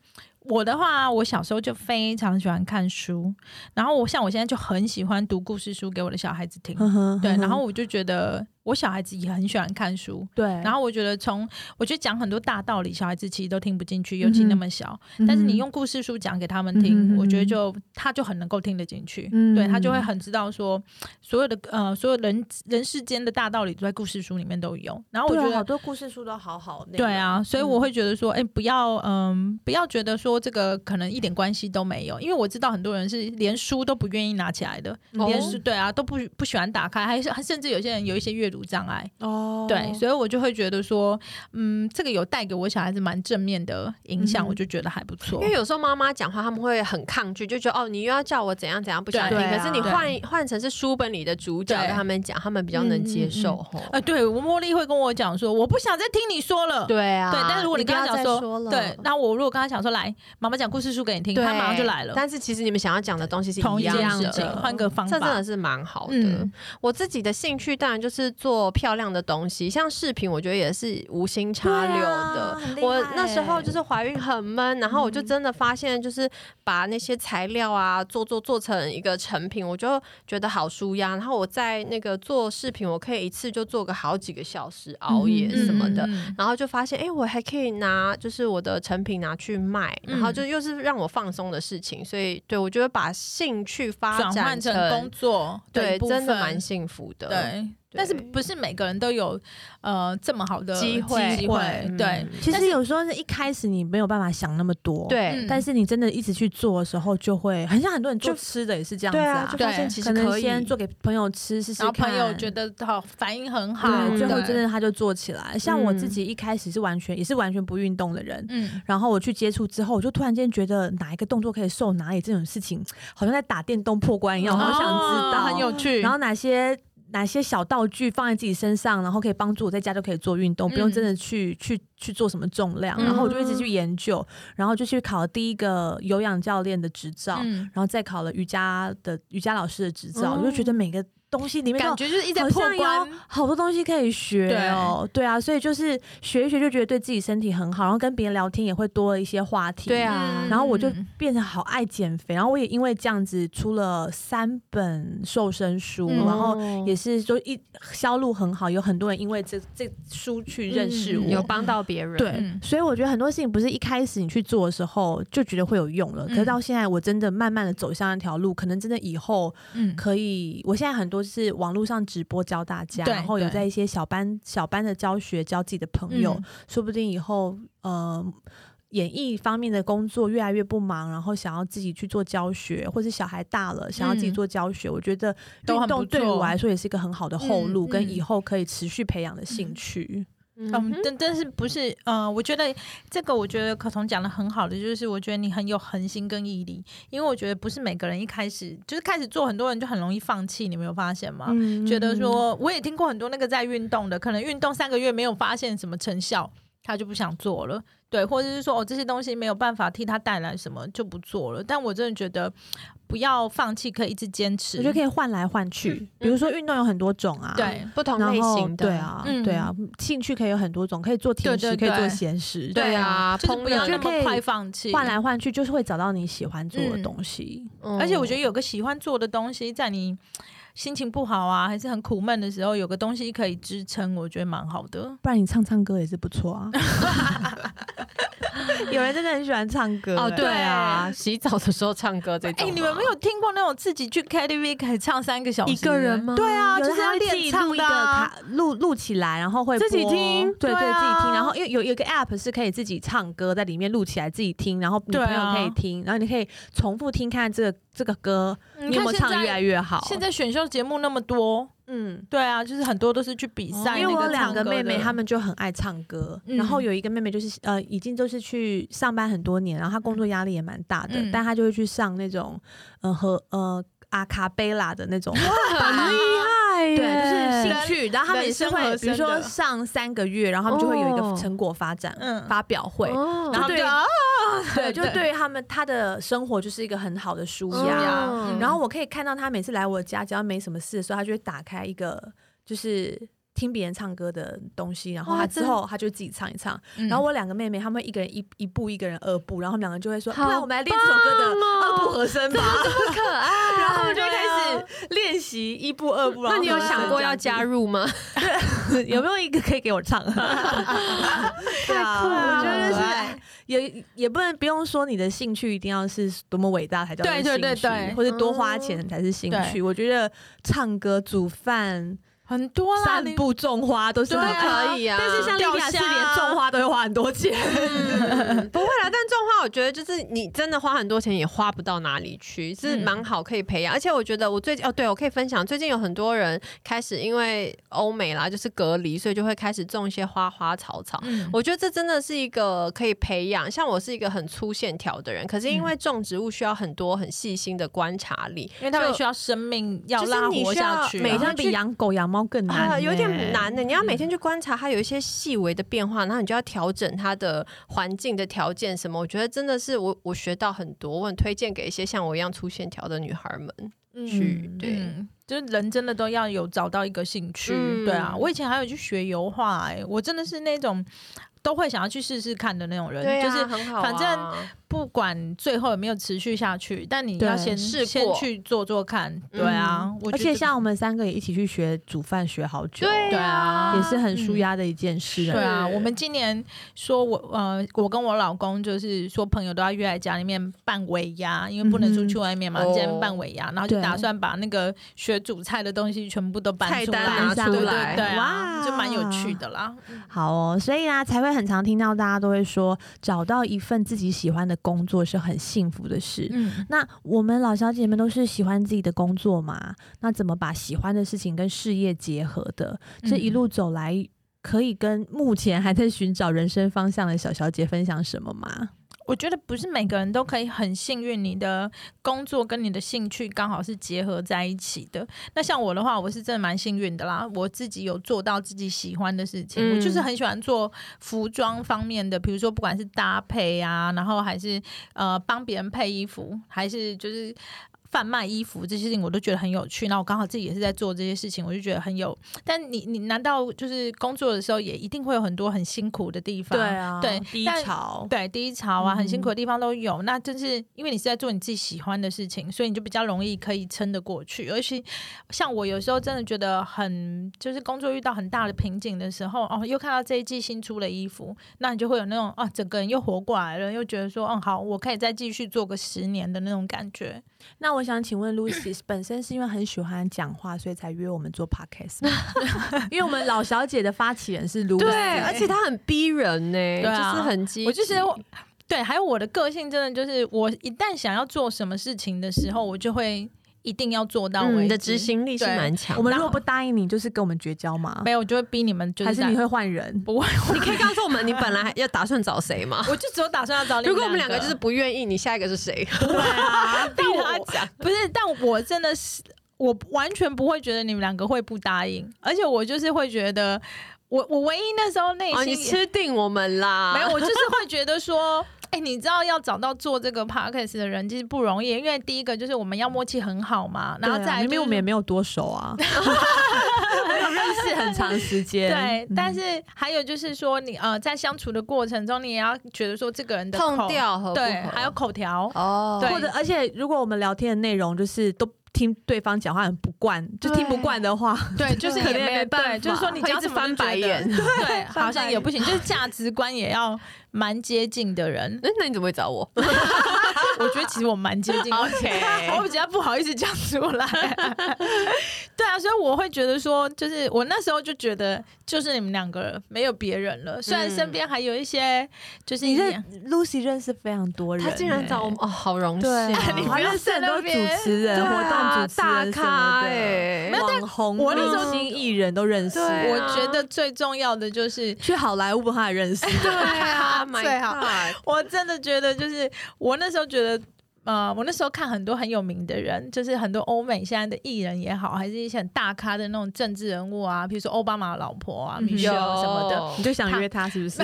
Speaker 3: 我的话，我小时候就非常喜欢看书，然后我像我现在就很喜欢读故事书给我的小孩子 听。
Speaker 1: 哼哼
Speaker 3: 对，
Speaker 1: 嗯哼哼
Speaker 3: 然后我就觉得我小孩子也很喜欢看书，
Speaker 1: 对，
Speaker 3: 然后我觉得从我觉得讲很多大道理，小孩子其实都听不进去，尤其那么小。
Speaker 1: 嗯哼
Speaker 3: 但是你用故事书讲给他们
Speaker 1: 嗯
Speaker 3: 听，
Speaker 1: 哼
Speaker 3: 我觉得就他就很能够听得进去，
Speaker 1: 嗯
Speaker 3: 对他就会很知道说所有的呃所有人人世间的大道理都在故事书里面都有。然后我
Speaker 1: 对啊
Speaker 3: 觉得
Speaker 1: 好嗯多故事书都好好，
Speaker 3: 对，啊，所以我会觉得说，哎、不要，嗯，不要觉得说这个可能一点关系都没有，因为我知道很多人是连书都不愿意拿起来的，
Speaker 2: 哦
Speaker 3: 连书对啊都不不喜欢打开，还是甚至有些人有一些阅读障碍，
Speaker 1: 哦，
Speaker 3: 对，所以我就会觉得说，嗯，这个有带给我小孩子蛮正面的影响，
Speaker 1: 嗯哼
Speaker 3: 我就觉得还不错
Speaker 2: 因为。有时候妈妈讲话，他们会很抗拒，就觉得哦，你又要叫我怎样怎样，不想听。
Speaker 1: 对啊
Speaker 2: 可是你换换成是书本里的主角
Speaker 3: 对
Speaker 2: 跟他们讲，他们比较能接受。吼
Speaker 3: 呃，对，我茉莉会跟我讲说，我不想再听你说了。
Speaker 2: 对啊，
Speaker 3: 对但是如果你
Speaker 2: 不
Speaker 3: 跟他
Speaker 2: 要
Speaker 3: 讲
Speaker 2: 再
Speaker 3: 说
Speaker 2: 说了
Speaker 3: 对，那我如果跟他讲说，来，妈妈讲故事书给你听，
Speaker 2: 对，
Speaker 3: 他马上就来了。
Speaker 2: 但是其实你们想要讲的东西是
Speaker 3: 同一
Speaker 2: 样
Speaker 3: 件
Speaker 1: 样
Speaker 3: 事
Speaker 1: 的
Speaker 3: 情，换个方
Speaker 2: 这真
Speaker 3: 法
Speaker 2: 的。是蛮好的。
Speaker 3: 嗯
Speaker 2: 我自己的兴趣当然就是做漂亮的东西，像饰品，我觉得也是无心插
Speaker 1: 对
Speaker 2: 柳
Speaker 1: 啊
Speaker 2: 的。
Speaker 1: 很厉
Speaker 2: 我
Speaker 1: 害
Speaker 2: 那时候
Speaker 1: 欸
Speaker 2: 就是怀孕很闷，然后我
Speaker 3: 嗯
Speaker 2: 就真的发现，就是把那些材料啊做做做成一个成品，我就觉得好舒压。然后我在那个做饰品，我可以一次就做个好几个小时，熬夜
Speaker 1: 嗯
Speaker 2: 什么的。
Speaker 3: 嗯嗯嗯
Speaker 2: 然后就发现，哎、我还可以拿，就是我的成品拿去卖，
Speaker 3: 嗯
Speaker 2: 然后就又是让我放松的事情，所以对我觉得把兴趣发
Speaker 3: 转
Speaker 2: 展
Speaker 3: 换成工作的
Speaker 2: 对
Speaker 3: 一部分，
Speaker 2: 真的蛮幸福的，
Speaker 3: 对。但是不是每个人都有呃这么好的
Speaker 2: 机会
Speaker 3: 机
Speaker 2: 嗯
Speaker 3: 对，
Speaker 1: 其
Speaker 3: 但
Speaker 1: 实
Speaker 3: 是
Speaker 1: 有时候是一开始你没有办法想那么多，。
Speaker 2: 对
Speaker 3: 嗯
Speaker 1: 但是你真的一直去做的时候，就会很像很多人做吃的也是这样子
Speaker 2: 对啊，
Speaker 1: 啊
Speaker 2: 就，
Speaker 3: 对
Speaker 2: 发现其
Speaker 1: 可
Speaker 2: 实可
Speaker 1: 能
Speaker 2: 以
Speaker 1: 先做给朋友吃试试
Speaker 3: 然后
Speaker 1: 看，
Speaker 3: 朋友觉得好反应很好，
Speaker 1: 对，最后
Speaker 3: 嗯对
Speaker 1: 真的他就做起来。像我自
Speaker 2: 嗯
Speaker 1: 己一开始是完全也是完全不运动的人，
Speaker 3: 嗯
Speaker 1: 然后我去接触之后，我就突然间觉得哪一个动作可以瘦哪里这种事情，好像在打电动破关一样，我好想知道。
Speaker 3: 哦很有趣。
Speaker 1: 然后哪些哪些小道具放在自己身上，然后可以帮助我在家就可以做运动，不用
Speaker 3: 嗯
Speaker 1: 真的去去去做什么重量。
Speaker 3: 嗯
Speaker 1: 然后我就一直去研究，然后就去考了第一个有氧教练的执照，
Speaker 3: 嗯，
Speaker 1: 然后再考了瑜伽的瑜伽老师的执照，
Speaker 2: 哦
Speaker 1: 我就觉得每个东西里面
Speaker 3: 感
Speaker 1: 都。
Speaker 3: 觉就是一直在
Speaker 1: 好
Speaker 3: 破
Speaker 1: 像有
Speaker 3: 关，
Speaker 1: 好多东西可以学哦，对啊，所以就是学一学就觉得对自己身体很好，然后跟别人聊天也会多了一些话题，
Speaker 2: 对啊
Speaker 3: 嗯，
Speaker 1: 然后我就变成好爱减肥，然后我也因为这样子出了三本瘦身书，
Speaker 3: 嗯
Speaker 1: 然后也是就一销路很好，有很多人因为这这书去认识我。
Speaker 3: 嗯
Speaker 2: 有帮到别人，
Speaker 1: 对，
Speaker 3: 嗯
Speaker 1: 所以我觉得很多事情不是一开始你去做的时候就觉得会有用了，可是
Speaker 3: 嗯
Speaker 1: 到现在我真的慢慢的走向那条路，可能真的以后
Speaker 3: 嗯
Speaker 1: 可以，我现在很多是网络上直播教大家，
Speaker 3: 对
Speaker 1: 然后有
Speaker 3: 对
Speaker 1: 在一些小班小班的教学教自己的朋友，
Speaker 3: 嗯
Speaker 1: 说不定以后呃。演艺方面的工作越来越不忙，然后想要自己去做教学，或是小孩大了想要自己
Speaker 3: 嗯
Speaker 1: 做教学，我觉得
Speaker 3: 都
Speaker 1: 运
Speaker 3: 很
Speaker 1: 动
Speaker 3: 不
Speaker 1: 对
Speaker 3: 错
Speaker 1: 我来说也是一个很好的后路，
Speaker 3: 嗯
Speaker 1: 跟
Speaker 3: 嗯
Speaker 1: 以后可以持续培养的兴趣。
Speaker 2: 嗯
Speaker 3: 嗯，但但是不是呃，我觉得这个我觉得可彤讲的很好的，就是我觉得你很有恒心跟毅力，因为我觉得不是每个人一开始就是开始做，很多人就很容易放弃，你没有发现吗？
Speaker 1: 嗯
Speaker 3: 觉得说我也听过很多那个在运动的，可能运动三个月没有发现什么成效，他就不想做了。对，或者是说哦，这些东西没有办法替他带来什么，就不做了。但我真的觉得不要放弃，可以一直坚
Speaker 1: 嗯
Speaker 3: 持。
Speaker 1: 我觉得可
Speaker 3: 以，
Speaker 1: 以换来换去，比如说运动有很多种啊，
Speaker 3: 嗯对，
Speaker 2: 不同
Speaker 1: 然
Speaker 2: 类
Speaker 1: 后
Speaker 2: 型的，
Speaker 1: 对啊，
Speaker 3: 嗯
Speaker 1: 对啊，兴趣可以有很多种，可以做甜
Speaker 3: 对
Speaker 1: 食，
Speaker 3: 对
Speaker 1: 可以做
Speaker 3: 对
Speaker 1: 咸食，
Speaker 2: 对啊
Speaker 3: 就是不要
Speaker 2: 烹饪
Speaker 3: 那
Speaker 1: 就可
Speaker 3: 么
Speaker 1: 以
Speaker 3: 快放弃。
Speaker 1: 换来换去就是会找到你喜欢做的
Speaker 3: 嗯
Speaker 1: 东西。
Speaker 2: 嗯
Speaker 3: 而且我觉得
Speaker 1: 哦
Speaker 3: 有个喜欢做的东西，在你心情不好啊，还是很苦闷的时候，有个东西可以支撑，我觉得蛮好的。
Speaker 1: 不然你唱唱歌也是不错啊。有人真的很喜欢唱歌
Speaker 2: 哦，
Speaker 1: 欸
Speaker 2: 对啊，洗澡的时候唱歌这
Speaker 3: 哎、
Speaker 2: 种吗，啊
Speaker 3: 你们没有听过那种自己去 KTV 可以唱三个小时
Speaker 2: 一个人吗？
Speaker 3: 对啊，
Speaker 1: 有
Speaker 3: 就
Speaker 1: 人
Speaker 3: 是
Speaker 1: 还
Speaker 3: 要
Speaker 1: 会自己录
Speaker 3: 练唱
Speaker 1: 一个
Speaker 3: 的、啊
Speaker 1: 卡。录录起来，然后会
Speaker 2: 自己
Speaker 1: 播
Speaker 2: 听
Speaker 1: 对
Speaker 3: 对
Speaker 1: 自
Speaker 3: 啊
Speaker 1: 己听。然后因为有有一个 app 是可以自己唱歌，在里面录起来自己听，然后你
Speaker 3: 对
Speaker 1: 朋友
Speaker 3: 啊
Speaker 1: 可以听，然后你可以重复听看这个这个歌，
Speaker 3: 你
Speaker 2: 嗯
Speaker 1: 你有没有唱得越来越好？
Speaker 3: 现在选秀节目那么多，
Speaker 1: 嗯。
Speaker 3: 对啊，就是很多都是去比赛、
Speaker 1: 哦因为我有两
Speaker 3: 个
Speaker 1: 个妹妹，她
Speaker 3: 们
Speaker 1: 们就很爱唱歌，
Speaker 3: 嗯
Speaker 1: 然后有一个妹妹就是呃，已经就是去上班很多年，然后她工作压力也蛮大的，
Speaker 3: 嗯
Speaker 1: 但她就会去上那种呃和呃阿卡贝拉的那种
Speaker 2: 很厉
Speaker 1: 害耶
Speaker 2: 对
Speaker 1: 对，就是兴趣，然后他们也是
Speaker 3: 人生
Speaker 1: 会，
Speaker 3: 和
Speaker 1: 比如
Speaker 3: 声
Speaker 1: 说
Speaker 3: 的哦
Speaker 1: 上三个月，然后他们就会有一个成果发展、
Speaker 3: 嗯
Speaker 1: 发表会，
Speaker 2: 哦
Speaker 1: 然后
Speaker 3: 然后
Speaker 1: 对
Speaker 3: 就啊，
Speaker 1: 对，就对于他们他的生活就是一个很好的舒
Speaker 2: 哦
Speaker 1: 压。
Speaker 3: 嗯
Speaker 1: 然后我可以看到他每次来我家，只要没什么事的时候，他就会打开一个就是听别人唱歌的东西，然后
Speaker 2: 哇
Speaker 1: 他之
Speaker 2: 真
Speaker 1: 后他就自己唱一唱。
Speaker 3: 嗯
Speaker 1: 然后我两个妹妹，她们一个人一一步，一个人二步，然后他们两个就会说：“不
Speaker 2: 好
Speaker 1: 然我们来练这首歌的二
Speaker 2: 棒
Speaker 1: 步
Speaker 2: 哦
Speaker 1: 和声吧。
Speaker 2: 好可爱。
Speaker 1: 然后他们就开始练习一步、二步。然
Speaker 2: 啊那
Speaker 1: 后
Speaker 2: 你有
Speaker 1: 和声
Speaker 2: 想过 要加入吗？
Speaker 1: 这样子？有没有一个可以给我唱？ 对啊，我觉得
Speaker 3: 可
Speaker 1: 是
Speaker 3: 爱
Speaker 1: 也也不能不用说你的兴趣一定要是多么伟大才叫做兴
Speaker 3: 对
Speaker 1: 趣，
Speaker 3: 对对对
Speaker 1: 或者多花钱才是兴趣。我觉得唱歌、煮饭、
Speaker 3: 很多啦，
Speaker 1: 散
Speaker 3: 你
Speaker 1: 步、种花都是很
Speaker 3: 对啊
Speaker 1: 可以。
Speaker 2: 可以啊，
Speaker 1: 但是像莉
Speaker 3: 钓
Speaker 1: 莉亚是
Speaker 3: 虾
Speaker 1: 连种花都会花很多钱，
Speaker 2: 嗯不会啦，但种花我觉得就是你真的花很多钱也花不到哪里去，是蛮好可以培养。而且我觉得我最近哦，对我可以分享，最近有很多人开始因为欧美啦，就是隔离，所以就会开始种一些花花草草。
Speaker 3: 嗯
Speaker 2: 我觉得这真的是一个可以培养，像我是一个很粗线条的人，可是
Speaker 3: 嗯
Speaker 2: 因为种植物需要很多很细心的观察力，
Speaker 3: 因为他们
Speaker 2: 就
Speaker 3: 需要生命，要
Speaker 2: 就是
Speaker 3: 让它
Speaker 2: 你
Speaker 3: 活
Speaker 2: 需要
Speaker 3: 下去啊、
Speaker 2: 每
Speaker 1: 好
Speaker 2: 天
Speaker 1: 像比养狗、养猫更难、
Speaker 2: 啊，有点
Speaker 1: 欸
Speaker 2: 难的。你
Speaker 3: 嗯
Speaker 2: 要每天去观察它有一些细微的变化，然后你就要调整它的环境的条件什么。我觉得真的是我我学到很多，我很推荐给一些像我一样粗线条的女孩们。
Speaker 3: 嗯
Speaker 2: 去对
Speaker 3: 嗯就是人真的都要有找到一个兴趣，
Speaker 2: 嗯
Speaker 3: 对啊。我以前还有去学油画、哎，我真的是那种都会想要去试试看的那种人，
Speaker 2: 对啊，
Speaker 3: 就是
Speaker 2: 很好啊，
Speaker 3: 反正不管最后有没有持续下去，但你
Speaker 1: 对
Speaker 3: 要先
Speaker 2: 试过
Speaker 3: 先去做做看，对啊。
Speaker 2: 嗯
Speaker 3: 我
Speaker 1: 而
Speaker 3: 觉得
Speaker 1: 且像我们三个也一起去学煮饭，学好久，
Speaker 2: 对
Speaker 3: 对啊
Speaker 1: 也是很舒
Speaker 3: 嗯
Speaker 1: 压的一件事
Speaker 3: 对
Speaker 1: 啊。
Speaker 3: 啊，
Speaker 2: 是
Speaker 3: 我们今年说我呃，我跟我老公就是说朋友都要约在家里面办尾牙，因为不能出去外面嘛，
Speaker 2: 嗯哼
Speaker 3: 今天办尾牙，然后就
Speaker 1: 对
Speaker 3: 打算把那个学煮菜的东西全部都搬
Speaker 2: 菜
Speaker 3: 出
Speaker 2: 单
Speaker 3: 来，
Speaker 2: 拿
Speaker 3: 对
Speaker 2: 出
Speaker 3: 对
Speaker 2: 来
Speaker 3: 对啊
Speaker 1: 哇
Speaker 3: 就蛮有趣的啦。
Speaker 1: 好哦，所以啊，才会很常听到大家都会说，找到一份自己喜欢的工作是很幸福的事。
Speaker 3: 嗯，
Speaker 1: 那我们老小姐们都是喜欢自己的工作嘛？那怎么把喜欢的事情跟事业结合的？
Speaker 3: 嗯
Speaker 1: 这一路走来，可以跟目前还在寻找人生方向的小小姐分享什么吗？
Speaker 3: 我觉得不是每个人都可以很幸运，你的工作跟你的兴趣刚好是结合在一起的。那像我的话，我是真的蛮幸运的啦，我自己有做到自己喜欢的事情，
Speaker 2: 嗯
Speaker 3: 我就是很喜欢做服装方面的，比如说不管是搭配啊，然后还是呃帮别人配衣服，还是就是。贩卖衣服这些事情我都觉得很有趣，那我刚好自己也是在做这些事情，我就觉得很有。但你你难道就是工作的时候也一定会有很多很辛苦的地方？
Speaker 1: 啊
Speaker 3: 对
Speaker 2: 低
Speaker 3: 但
Speaker 2: 潮，
Speaker 3: 对，低潮啊，很辛
Speaker 1: 嗯
Speaker 3: 苦的地方都有。那就是因为你是在做你自己喜欢的事情，所以你就比较容易可以撑得过去。而且像我有时候真的觉得很，就是工作遇到很大的瓶颈的时候，哦，又看到这一季新出的衣服，那你就会有那种啊，整个人又活过来了，又觉得说，嗯，好，我可以再继续做个十年的那种感觉。
Speaker 1: 那我想请问 Lucy，本身是因为很喜欢讲话，所以才约我们做 podcast，吗 因为我们老小姐的发起人是 Lucy，
Speaker 2: 对，而且他很逼人呢、欸
Speaker 3: 对啊
Speaker 2: 就是很激，
Speaker 3: 我就是。对，还有我的个性真的就是，我一旦想要做什么事情的时候，我就会一定要做到为止。
Speaker 2: 嗯，你的执行力是
Speaker 3: 对
Speaker 2: 蛮强的。
Speaker 1: 我们如果不答应你，就是跟我们绝交吗
Speaker 3: 没？有，我就会逼你们，就是
Speaker 1: 还是
Speaker 3: 在
Speaker 1: 你会换人？
Speaker 3: 不会，
Speaker 2: 你可以告诉我们，你本来还要打算找 谁吗？
Speaker 3: 我就只有打算要找你。
Speaker 2: 如果我们两个就是不愿意，你下一个是谁？
Speaker 3: 对啊，
Speaker 2: 逼
Speaker 3: 但
Speaker 2: 他
Speaker 3: 我
Speaker 2: 讲。
Speaker 3: 不是，但我真的是，我完全不会觉得你们两个会不答应，而且我就是会觉得，我我唯一那时候内
Speaker 2: 哦，
Speaker 3: 心
Speaker 2: 你
Speaker 3: 也、
Speaker 2: 吃定我们啦！
Speaker 3: 没有，我就是会觉得说。 哎、你知道要找到做这个 podcast 的人其实不容易，因为第一个就是我们要默契很好嘛，然后
Speaker 1: 对
Speaker 3: 再
Speaker 1: 啊
Speaker 3: 来、就是
Speaker 1: 明明我们也没有多熟 啊，没有认识很长时间。
Speaker 3: 对，
Speaker 1: 嗯
Speaker 3: 但是还有就是说你呃在相处的过程中，你也要觉得说这个人的
Speaker 2: 痛
Speaker 3: 口
Speaker 2: 调和不
Speaker 3: 对，
Speaker 2: 合
Speaker 3: 还有口条，
Speaker 2: 哦，
Speaker 3: 对
Speaker 1: 或者而且如果我们聊天的内容就是都听对方讲话很不惯，就听不
Speaker 2: 对
Speaker 1: 惯的话，
Speaker 3: 对，就是
Speaker 1: 可能
Speaker 3: 也
Speaker 1: 也
Speaker 3: 没
Speaker 1: 没办
Speaker 3: 对就是
Speaker 1: 法
Speaker 3: 说你
Speaker 2: 会一
Speaker 3: 讲
Speaker 2: 直
Speaker 3: 什么
Speaker 2: 翻
Speaker 3: 就觉
Speaker 2: 白
Speaker 3: 得
Speaker 2: 眼
Speaker 3: 对，好
Speaker 1: 翻白
Speaker 3: 像也不行，就是价值观也要蛮接近的人。
Speaker 2: 那那你怎么会找我？
Speaker 3: 我觉得其实我蛮接近
Speaker 2: OK
Speaker 3: 我比较不好意思讲出来。 对啊，所以我会觉得说，就是我那时候就觉得，就是你们两个没有别人了。虽然身边还有一些，就是
Speaker 1: 你啊
Speaker 3: 一
Speaker 1: 认 Lucy 认识非常多人欸，
Speaker 2: 他竟然找我们，哦，好荣幸
Speaker 1: 对啊，
Speaker 2: 哦！
Speaker 1: 他认识很多主持人、
Speaker 2: 对
Speaker 1: 活动
Speaker 2: 啊
Speaker 1: 主持人什么
Speaker 2: 大咖
Speaker 1: 的，
Speaker 3: 欸
Speaker 2: 哎，
Speaker 1: 网红、
Speaker 3: 我那时
Speaker 1: 明
Speaker 3: 候
Speaker 1: 星艺人都认识。
Speaker 2: 对
Speaker 3: 我
Speaker 2: 啊
Speaker 3: 觉得最重要的就是
Speaker 1: 去好莱坞他也认 识，
Speaker 2: 对啊
Speaker 3: 最
Speaker 2: ，My God，
Speaker 3: 我真的觉得，就是我那时候觉得，呃，我那时候看很多很有名的人，就是很多欧美现在的艺人也好，还是一些很大咖的那种政治人物啊，比如说奥巴马的老婆啊，
Speaker 1: 嗯
Speaker 3: 米歇尔什么的，
Speaker 1: 你就想约他是不是？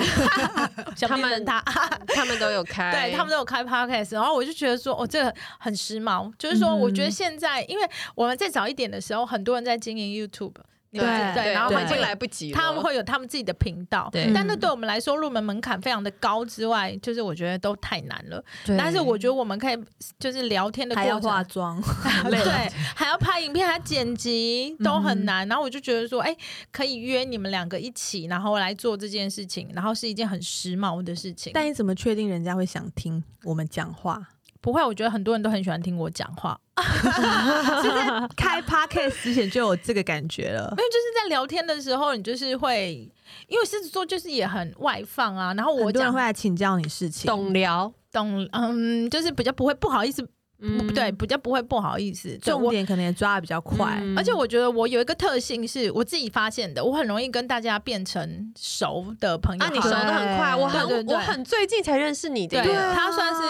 Speaker 3: 想
Speaker 2: 他
Speaker 3: 变成
Speaker 2: 们哎
Speaker 3: 他，
Speaker 2: 他们都有开，
Speaker 3: 啊对他们都有开 podcast，然后我就觉得说，哦，这个很时髦，就是说，
Speaker 1: 嗯
Speaker 3: 我觉得现在，因为我们再早一点的时候，很多人在经营 YouTube，你
Speaker 2: 对
Speaker 3: 们
Speaker 1: 对
Speaker 3: 对，然后
Speaker 2: 我
Speaker 3: 会
Speaker 2: 们已经来不及了，
Speaker 3: 他们会有他们自己的频道，
Speaker 2: 对
Speaker 3: 但那
Speaker 1: 嗯
Speaker 3: 对我们来说入门门槛非常的高之外，就是我觉得都太难了。
Speaker 2: 对，
Speaker 3: 但是我觉得我们可以就是聊天的
Speaker 1: 还要
Speaker 3: 过
Speaker 1: 化
Speaker 3: 程，
Speaker 1: 妆，
Speaker 3: 对，还要拍影片，还要剪辑都很难。
Speaker 1: 嗯
Speaker 3: 然后我就觉得说，哎、可以约你们两个一起，然后来做这件事情，然后是一件很时髦的事情。
Speaker 1: 但你怎么确定人家会想听我们讲 话？
Speaker 3: 不会，我觉得很多人都很喜欢听我讲话，
Speaker 1: 是在开 podcast 之前就有这个感觉 了
Speaker 3: 因。为就是在聊天的时候，你就是会，因为狮子座就是也很外放啊。然后我
Speaker 1: 很多人
Speaker 3: 讲
Speaker 1: 会来请教你事情，
Speaker 2: 懂聊，
Speaker 3: 懂，嗯，就是比较不会不好意思，不对，比较不会不好意思。对
Speaker 1: 嗯重
Speaker 3: 我
Speaker 1: 点可能也抓的比较快。
Speaker 2: 嗯
Speaker 3: 而且我觉得我有一个特性是我自己发现的，我很容易跟大家变成熟的朋友。
Speaker 2: 啊，你
Speaker 3: 好
Speaker 2: 熟的很快，我
Speaker 3: 对对
Speaker 2: 很
Speaker 3: 对
Speaker 2: 我很最近才认识你的
Speaker 3: 对
Speaker 2: 耶，
Speaker 3: 他算是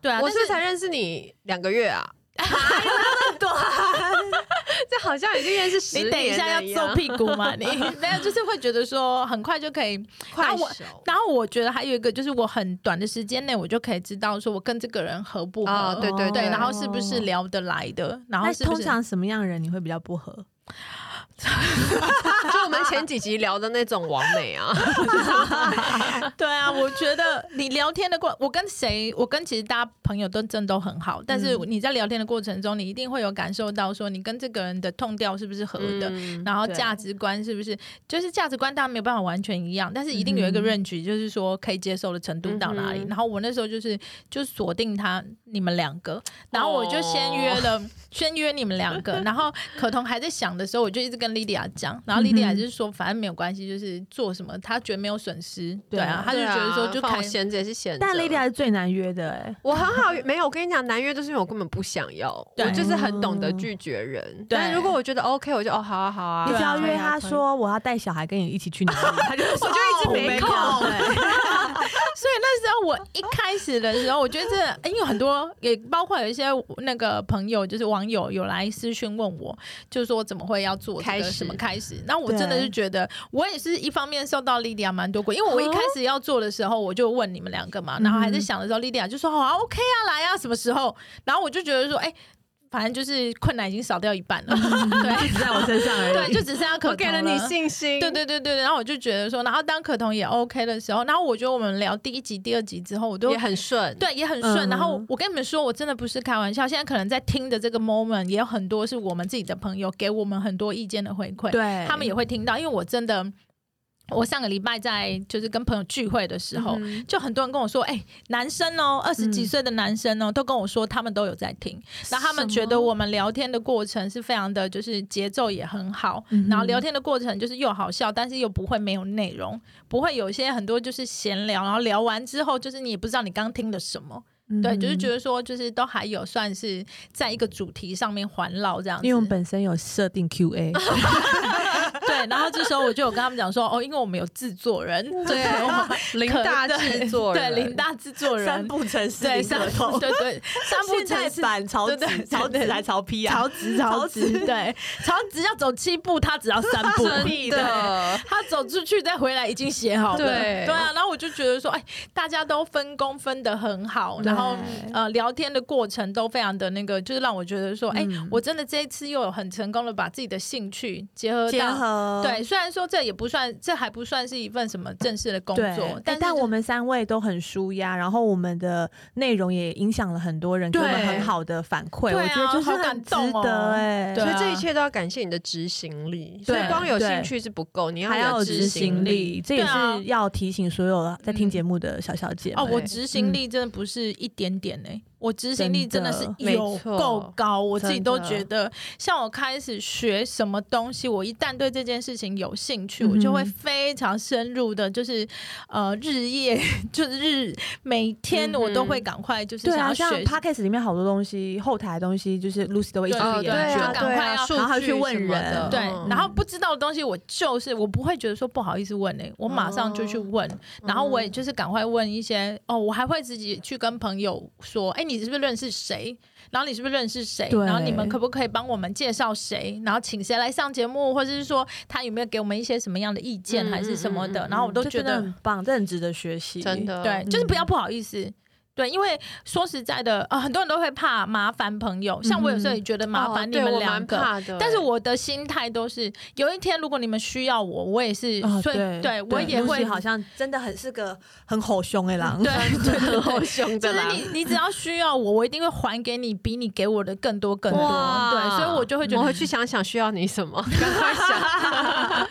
Speaker 3: 对啊，
Speaker 2: 我
Speaker 3: 但
Speaker 2: 是才认识你两个月啊，
Speaker 1: 对，
Speaker 2: 这好像已经认识十
Speaker 3: 你等一下要揍屁股 嘛？你没有，就是会觉得说很快就可以。
Speaker 2: 快
Speaker 3: 然后我
Speaker 2: 手
Speaker 3: 然后我觉得还有一个就是，我很短的时间内我就可以知道说我跟这个人合不合，
Speaker 2: 啊！对对
Speaker 3: 对，
Speaker 1: 哦
Speaker 3: 然后是不是聊得来的，然后
Speaker 1: 那
Speaker 3: 是不
Speaker 1: 通
Speaker 3: 是
Speaker 1: 常什么样的人你会比较不合？
Speaker 2: 就我们前几集聊的那种完美 啊，
Speaker 3: 对啊，我觉得你聊天的过，我跟谁，我跟其实大家朋友都真的都很好，但是你在聊天的过程中，你一定会有感受到说，你跟这个人的痛调是不是合的，
Speaker 2: 嗯
Speaker 3: 然后
Speaker 1: 对
Speaker 3: 价值观是不是，就是价值观当然没有办法完全一样，但是一定有一个
Speaker 1: 嗯
Speaker 3: range，、就是说可以接受的程度到哪里。
Speaker 2: 嗯哼
Speaker 3: 然后我那时候就是就锁定他你们两个，然后我就先
Speaker 2: 哦
Speaker 3: 约了， 先约你们两个，然后可彤还在想的时候，我就一直跟莉莉亚讲，然后莉莉亚
Speaker 1: 嗯哼
Speaker 3: 就是说反正没有关系，就是做什么她觉得没有损失，
Speaker 1: 对
Speaker 3: 对
Speaker 1: 啊
Speaker 3: 啊，她就觉得说就
Speaker 2: 看
Speaker 3: 开。
Speaker 2: 闲着也是闲着，
Speaker 1: 但 Lady 还是最难约的哎、
Speaker 2: 我很好，没有。我跟你讲，难约就是因为我根本不想要，
Speaker 3: 对
Speaker 2: 我就是很懂得拒绝人。
Speaker 3: 对
Speaker 2: 但如果我觉得 OK，我就哦，好啊，好啊。
Speaker 1: 你只要
Speaker 2: 可以啊
Speaker 1: 约他，
Speaker 2: 可以
Speaker 1: 说我要带小孩跟你一起去哪里，他就
Speaker 3: 啊
Speaker 1: 会说
Speaker 2: 我就一直没空
Speaker 1: 哦我没空对
Speaker 3: 所以那时候我一开始的时候，我觉得这因为有很多也包括有一些那个朋友，就是网友有来私讯问我，就说怎么会要做这
Speaker 2: 开
Speaker 3: 个
Speaker 2: 始
Speaker 3: 什么开始？那我真的
Speaker 1: 对
Speaker 3: 是觉得，我也是一方面受到莉迪亚蛮多过，因为我一开
Speaker 2: 哦
Speaker 3: 始要做的时候，我就问你们两个嘛，然后
Speaker 2: 嗯
Speaker 3: 还在想的时候，莉迪亚就说好啊，OK 啊，来啊，什么时候？然后我就觉得说，哎、反正就是困难已经少掉一半 了， 对
Speaker 1: 只在我身上而已。
Speaker 3: 对，就只剩下可
Speaker 2: 我给
Speaker 3: 彤
Speaker 2: 了你信心，
Speaker 3: 对对对对，然后我就觉得说，然后当可彤也 OK 的时候，然后我觉得我们聊第一集、第二集之后，我都
Speaker 2: 也很顺。
Speaker 3: 对也很顺。
Speaker 1: 嗯
Speaker 3: 然后我跟你们说，我真的不是开玩笑，现在可能在听的这个 moment 也有很多是我们自己的朋友给我们很多意见的回馈，
Speaker 1: 对
Speaker 3: 他们也会听到，因为我真的。我上个礼拜在就是跟朋友聚会的时候，
Speaker 2: 嗯
Speaker 3: 就很多人跟我说，哎、男生哦，二十几
Speaker 1: 嗯
Speaker 3: 岁的男生哦，都跟我说他们都有在听，然后他们觉
Speaker 1: 什
Speaker 3: 得
Speaker 1: 么
Speaker 3: 我们聊天的过程是非常的，就是节奏也很好，
Speaker 1: 嗯哼
Speaker 3: 然后聊天的过程就是又好笑，但是又不会没有内容，不会有一些很多就是闲聊，然后聊完之后就是你也不知道你刚听了什么，对，就是觉
Speaker 1: 得。
Speaker 3: 得说就是都还有算是在一个主题上面环绕这样子，
Speaker 1: 因为我们本身有设定 Q&A，
Speaker 3: 对，然后这时候我就有跟他们讲说，哦，因为我们有制作人，对，我们
Speaker 2: 林
Speaker 3: 可
Speaker 2: 大制作人，
Speaker 3: 对林大制作人，
Speaker 1: 部城市
Speaker 3: 对三部对对三部
Speaker 1: 现在
Speaker 3: 城市
Speaker 1: 版曹
Speaker 3: 对
Speaker 1: 植
Speaker 3: 对对
Speaker 1: 曹植
Speaker 3: 对
Speaker 1: 还曹丕啊，
Speaker 3: 曹植，曹植，对，曹植要走七步，他只要三 步，
Speaker 2: 真
Speaker 3: 对
Speaker 2: 的。
Speaker 3: 他走出去再回来已经写好了，
Speaker 2: 对
Speaker 3: 对啊，然后我就觉得说，哎，大家都分工分得很好，然后
Speaker 1: 对
Speaker 3: 呃，聊天的过程都非常的那个，就是让我觉得说，哎
Speaker 1: 嗯，
Speaker 3: 我真的这一次又有很成功的把自己的兴趣结合
Speaker 1: 结
Speaker 3: 到，
Speaker 1: 合
Speaker 3: 对，虽然说这也不算，这还不算是一份什么正式的工
Speaker 1: 对
Speaker 3: 作，，
Speaker 1: 但
Speaker 3: 但
Speaker 1: 但
Speaker 3: 是
Speaker 1: 我们三位都很舒压，然后我们的内容也影响了很多人，给我们
Speaker 2: 对
Speaker 1: 很好的反馈，
Speaker 3: 对啊
Speaker 1: 我觉得就是
Speaker 3: 好感
Speaker 1: 很值
Speaker 3: 动哦
Speaker 1: 得哎、
Speaker 3: 对
Speaker 2: 所
Speaker 3: 啊
Speaker 2: 以这一切都要感谢你的执行力，所以
Speaker 3: 对
Speaker 2: 光有
Speaker 1: 对
Speaker 2: 兴趣是不够，你
Speaker 1: 还要
Speaker 2: 有
Speaker 1: 有
Speaker 2: 执
Speaker 1: 执行
Speaker 2: 力。
Speaker 1: 力，这也
Speaker 3: 对啊嗯
Speaker 1: 是要提醒所有在听节目的小小姐们
Speaker 3: 哦，我
Speaker 2: 对
Speaker 3: 执行
Speaker 1: 嗯
Speaker 3: 力真的不是一点点哎、我执行力真的是
Speaker 1: 真
Speaker 2: 的
Speaker 3: 有
Speaker 2: 没错
Speaker 3: 够高，我自己
Speaker 2: 真
Speaker 3: 都
Speaker 2: 的
Speaker 3: 觉得，像我开始学什么东西，我一旦对这件事情有兴趣，我就会
Speaker 1: 嗯哼
Speaker 3: 非常深入的，就是呃日夜 就是日每天我都会
Speaker 2: 嗯哼
Speaker 3: 赶快就是
Speaker 1: 对
Speaker 3: 想
Speaker 1: 啊，
Speaker 3: 要学
Speaker 1: 像
Speaker 3: 习。
Speaker 1: podcast 里面好多东西，后台的东西就是 Lucy 都会一直
Speaker 3: 对
Speaker 2: 哦，
Speaker 1: 研
Speaker 2: 对
Speaker 1: 究，
Speaker 2: 啊，
Speaker 3: 就赶
Speaker 2: 对
Speaker 3: 快
Speaker 2: 啊，
Speaker 3: 要
Speaker 2: 数
Speaker 1: 然后还
Speaker 2: 据
Speaker 1: 去问
Speaker 2: 什么
Speaker 1: 人
Speaker 2: 的
Speaker 3: 对
Speaker 2: 嗯，
Speaker 3: 然后不知道的东西，我就是我不会觉得说不好意思问诶、我马上就去问，然
Speaker 2: 嗯
Speaker 3: 后我也就是赶快问一些哦，我还会自己去跟朋友说，哎、你是不是认识谁？然后你是不是认识谁？
Speaker 1: 对
Speaker 3: 然后你们可不可以帮我们介绍谁？然后请谁来上节目，或者是说他有没有给我们一些什么样的意见，
Speaker 2: 嗯
Speaker 3: 还是什么
Speaker 2: 嗯
Speaker 3: 的？
Speaker 2: 嗯
Speaker 3: 然后我都
Speaker 1: 这
Speaker 3: 觉
Speaker 1: 真的
Speaker 3: 得
Speaker 1: 很棒，这很值得学习，
Speaker 2: 真。的
Speaker 3: 对，就是不要不好意思。对，因为说实在的，呃，很多人都会怕麻烦朋友，像我有时候也觉得麻
Speaker 2: 哦
Speaker 3: 烦你
Speaker 2: 对
Speaker 3: 们
Speaker 2: 我
Speaker 3: 两
Speaker 2: 蛮
Speaker 3: 个，
Speaker 2: 怕的欸
Speaker 3: 但是我的心态都是，有一天如果你们需要我，我也是，
Speaker 1: 哦
Speaker 3: 所以
Speaker 1: 对
Speaker 3: 我也会嗯
Speaker 1: Lucy 好像真的很是个很吼凶的狼，
Speaker 3: 对对对对。
Speaker 2: 好凶
Speaker 3: 就
Speaker 2: 的
Speaker 3: 是
Speaker 2: 啦。
Speaker 3: 你，你只要需要我，我一定会还给你比你给我的更多更多。对，所以我就会觉
Speaker 2: 我
Speaker 3: 得
Speaker 2: 回，去想想需要你什么，赶 快想。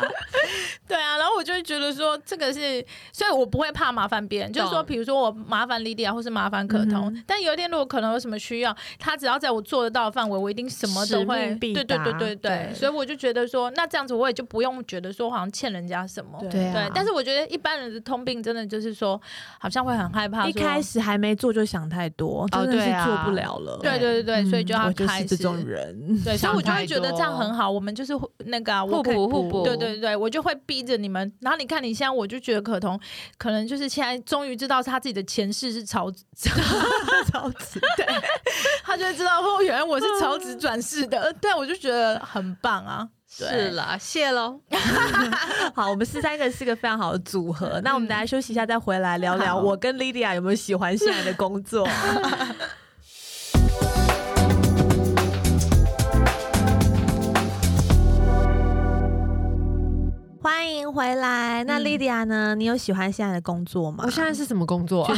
Speaker 3: 对啊，然后我就会觉得说，这个是，所以我不会怕麻烦别人。就是说，
Speaker 2: 懂
Speaker 3: 比如说我麻烦莉莉啊，或是麻烦可
Speaker 1: 嗯
Speaker 3: 彤，但有一天如果可能有什么需要，他只要在我做得到的范围，我一定什么都
Speaker 1: 使
Speaker 3: 会。
Speaker 1: 命必
Speaker 3: 对对对对对，
Speaker 1: 达对
Speaker 3: 所以我就觉得说，那这样子我也就不用觉得说好像欠人家什么。
Speaker 2: 对啊
Speaker 3: 对，但是我觉得一般人的通病真的就是说，好像会很害怕说。
Speaker 1: 一开始还没做就想太多，真的是
Speaker 2: 对啊
Speaker 1: 做不了了。
Speaker 3: 对对对对，
Speaker 1: 嗯
Speaker 3: 所以就要
Speaker 1: 我就
Speaker 3: 开
Speaker 1: 是
Speaker 3: 始。
Speaker 1: 这种人，
Speaker 3: 对，所以我就会觉得
Speaker 2: 想太多
Speaker 3: 这样很好，我们就是那个、啊、我
Speaker 2: 互
Speaker 3: 可以
Speaker 2: 补互补，
Speaker 3: 对对对，我就会避逼着你们。然后你看你现在，我就觉得可彤可能就是现在终于知道他自己的前世是曹子，
Speaker 1: 超级
Speaker 3: 对，他就会知道哦，原来我是曹子转世的。呃对，我就觉得很棒啊。对
Speaker 2: 是啦，谢喽。
Speaker 1: 好，我们四三个是个非常好的组合。那我们
Speaker 3: 嗯
Speaker 1: 大家休息一下，再回来聊聊
Speaker 2: 好
Speaker 1: 我跟 Lydia 有没有喜欢现在的工作。 欢迎回来。那
Speaker 3: 嗯
Speaker 1: Lydia 呢？你有喜欢现在的工作吗
Speaker 2: 我？现在是什么工作啊？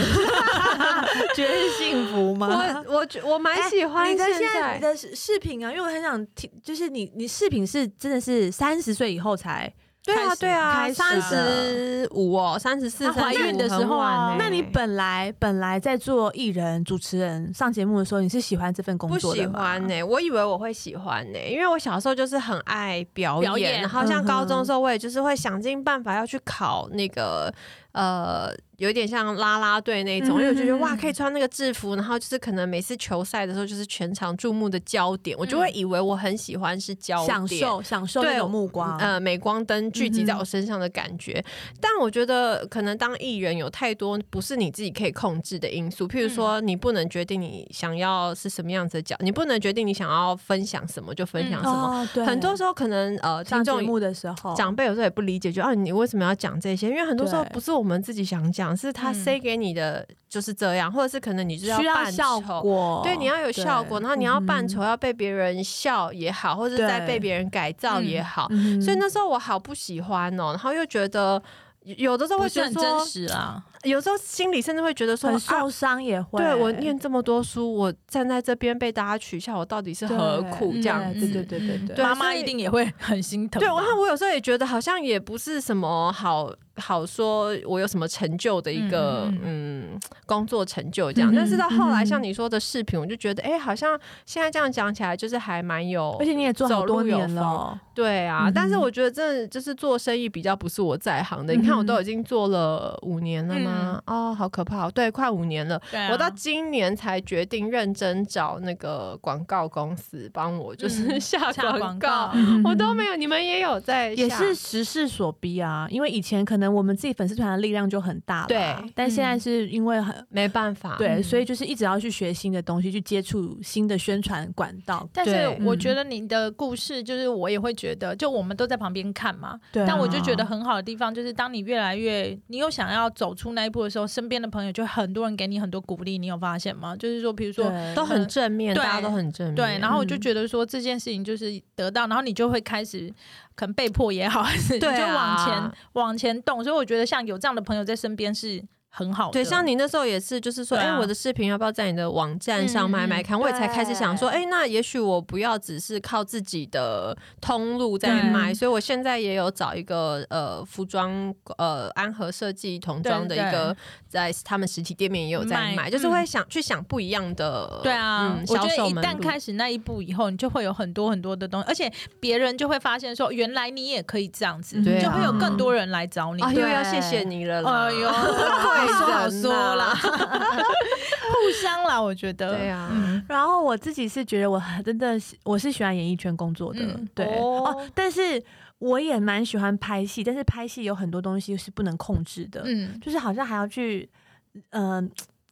Speaker 1: 觉得是幸福 吗？
Speaker 2: 我我觉我蛮喜欢
Speaker 1: 哎你的
Speaker 2: 现
Speaker 1: 在你的视视频啊，因为我很想听，就是你你视频是真的是三十岁以后才，
Speaker 2: 对
Speaker 3: 开
Speaker 2: 啊
Speaker 3: 始
Speaker 2: 对啊，
Speaker 1: 开始
Speaker 2: 三十五哦，三十四
Speaker 3: 她怀孕的时候
Speaker 2: 欸
Speaker 3: 啊
Speaker 1: 那你本来本来在做艺人、主持人上节目的时候，你是喜欢这份工
Speaker 2: 不
Speaker 1: 作
Speaker 2: 喜
Speaker 1: 的吗？
Speaker 2: 欢呢、欸我以为我会喜欢呢、因为我小时候就是很爱表演，
Speaker 3: 表演
Speaker 2: 然后像
Speaker 1: 嗯哼
Speaker 2: 高中的时候，我也就是会想尽办法要去考那个呃，有点像啦啦队那种，
Speaker 1: 嗯哼
Speaker 2: 因为我就觉得
Speaker 1: 嗯哼
Speaker 2: 哇，可以穿那个制服，然后就是可能每次球赛的时候，就是全场注目的焦点，我就会以为我很喜欢是焦点，
Speaker 1: 享受享受那
Speaker 2: 对
Speaker 1: 种目光，
Speaker 2: 呃镁光灯聚
Speaker 1: 嗯
Speaker 2: 集在我身上的感觉。但我觉得可能当艺人有太多不是你自己可以控制的因素，譬如
Speaker 1: 嗯
Speaker 2: 说你不能决定你想要是什么样子的角，你不能决定你想要分享什么就分享
Speaker 3: 嗯
Speaker 2: 什么。
Speaker 1: 哦，对，
Speaker 2: 很多时候可能呃，听
Speaker 1: 上节
Speaker 2: 众
Speaker 1: 目的时候，
Speaker 2: 长辈有时候也不理解，就啊，你为什么要讲这些？因为很多时候
Speaker 1: 对
Speaker 2: 不是我们自己想讲，是他
Speaker 3: 嗯
Speaker 2: 塞给你的就是这样，或者是可能你就是
Speaker 1: 需要
Speaker 2: 扮
Speaker 1: 效
Speaker 2: 丑
Speaker 1: 果，嗯
Speaker 2: 对，你要有效果，然后你要扮丑，要被别人笑也好，或者
Speaker 1: 对
Speaker 2: 在被别人改造也好，
Speaker 1: 嗯哼，
Speaker 2: 所以那时候我好不喜欢哦，然后又觉得有有的时候
Speaker 3: 不
Speaker 2: 会
Speaker 3: 是
Speaker 2: 觉得
Speaker 3: 很
Speaker 2: 说，
Speaker 3: 真实啊，
Speaker 2: 有时候心里甚至会觉得说，
Speaker 1: 很
Speaker 2: 啊，
Speaker 1: 受伤也会，
Speaker 2: 对我念这么多书，我站在这边被大家取笑，我到底是何
Speaker 1: 对
Speaker 2: 苦这
Speaker 3: 嗯
Speaker 2: 样
Speaker 1: 对
Speaker 2: 子？
Speaker 1: 对对对对
Speaker 2: 嗯对啊
Speaker 3: 妈妈
Speaker 2: 所以
Speaker 3: 一定也会很心疼吧。
Speaker 2: 对，然后我有时候也觉得好像也不是什么好好说，我有什么成就的一个
Speaker 3: 嗯嗯
Speaker 2: 嗯工作成就这样。
Speaker 1: 嗯
Speaker 2: 但是到后来，
Speaker 1: 嗯
Speaker 2: 像你说的视频，我就觉得哎、好像现在这样讲起来，就是还蛮有
Speaker 1: 而且你也做好
Speaker 2: 走路
Speaker 1: 多
Speaker 2: 有
Speaker 1: 年
Speaker 2: 风
Speaker 1: 了，
Speaker 2: 对啊。
Speaker 1: 嗯
Speaker 2: 但是我觉得真的就是做生意比较不是我在行的。你看，我
Speaker 1: 嗯
Speaker 2: 都已经做了五年了吗？哦，好可怕、哦，对，快五年了。
Speaker 3: 嗯对啊
Speaker 2: 我到今年才决定认真找那个广告公司帮我，就是、
Speaker 3: 嗯
Speaker 2: 下
Speaker 3: 下
Speaker 2: 广
Speaker 3: 广告，
Speaker 2: 我都没有，你们也有在
Speaker 1: 嗯
Speaker 2: 下，
Speaker 1: 也是时势所逼啊，因为以前可能我们自己粉丝团的力量就很大了，
Speaker 2: 对
Speaker 1: 但现在是因为很。
Speaker 2: 没办法。
Speaker 1: 嗯对，
Speaker 3: 嗯
Speaker 1: 所以就是一直要去学新的东西，去接触新的宣传管道。
Speaker 3: 但
Speaker 2: 对
Speaker 3: 是我觉
Speaker 1: 嗯
Speaker 3: 得你的故事，就是我也会觉得，就我们都在旁边看嘛。
Speaker 2: 啊
Speaker 1: 对啊
Speaker 3: 但我就觉得很好的地方，就是当你越来越，你有想要走出那一步的时候，身边的朋友就很多人给你很多鼓励，你有发现吗？就是说，比如说。
Speaker 1: 对
Speaker 2: 都很正面，
Speaker 3: 呃对
Speaker 2: 大家都很正面。
Speaker 3: 对，然后我就
Speaker 1: 嗯
Speaker 3: 觉得说这件事情就是得到，然后你就会开始可能被迫也好，还 是你就
Speaker 2: 对啊
Speaker 3: 往前往前动。所以我觉得像有这样的朋友在身边是很好的。
Speaker 2: 对，像你那时候也是，就是说，
Speaker 3: 对
Speaker 2: 哎、
Speaker 3: 啊
Speaker 2: 我的视频要不要在你的网站
Speaker 3: 嗯
Speaker 2: 上
Speaker 3: 嗯
Speaker 2: 卖卖
Speaker 3: 嗯
Speaker 2: 看？我也才开始想说，
Speaker 1: 对
Speaker 2: 哎、那也许我不要只是靠自己的通路在
Speaker 3: 对
Speaker 2: 卖，所以我现在也有找一个呃服装呃安和设计童装的
Speaker 3: 对
Speaker 2: 一个，在他们实体店面也有在
Speaker 3: 卖
Speaker 2: 卖，就是
Speaker 3: 嗯
Speaker 2: 会想、去想不一样的，
Speaker 3: 对啊，
Speaker 2: 嗯
Speaker 3: 我觉
Speaker 2: 销售
Speaker 3: 得一
Speaker 2: 门
Speaker 3: 旦
Speaker 2: 路
Speaker 3: 开始那一步以后，你就会有很多很多的东西，而且别人就会发现说，原来你也可以这样子，
Speaker 1: 对
Speaker 2: 啊
Speaker 3: 就会有更多人来找你。
Speaker 2: 啊，又
Speaker 1: 对
Speaker 2: 要谢谢你了啦，
Speaker 3: 哎呦， 好
Speaker 2: 贵
Speaker 3: 说好
Speaker 2: 人
Speaker 3: 说
Speaker 2: 呐
Speaker 3: 啦，互相啦，我觉得。
Speaker 2: 对啊
Speaker 3: 嗯
Speaker 1: 然后我自己是觉得我很真的是我是喜欢演艺圈工作的，
Speaker 3: 嗯
Speaker 1: 对
Speaker 2: 哦
Speaker 1: 哦，但是我也蛮喜欢拍戏，但是拍戏有很多东西是不能控制的，
Speaker 3: 嗯，
Speaker 1: 就是好像还要去，嗯、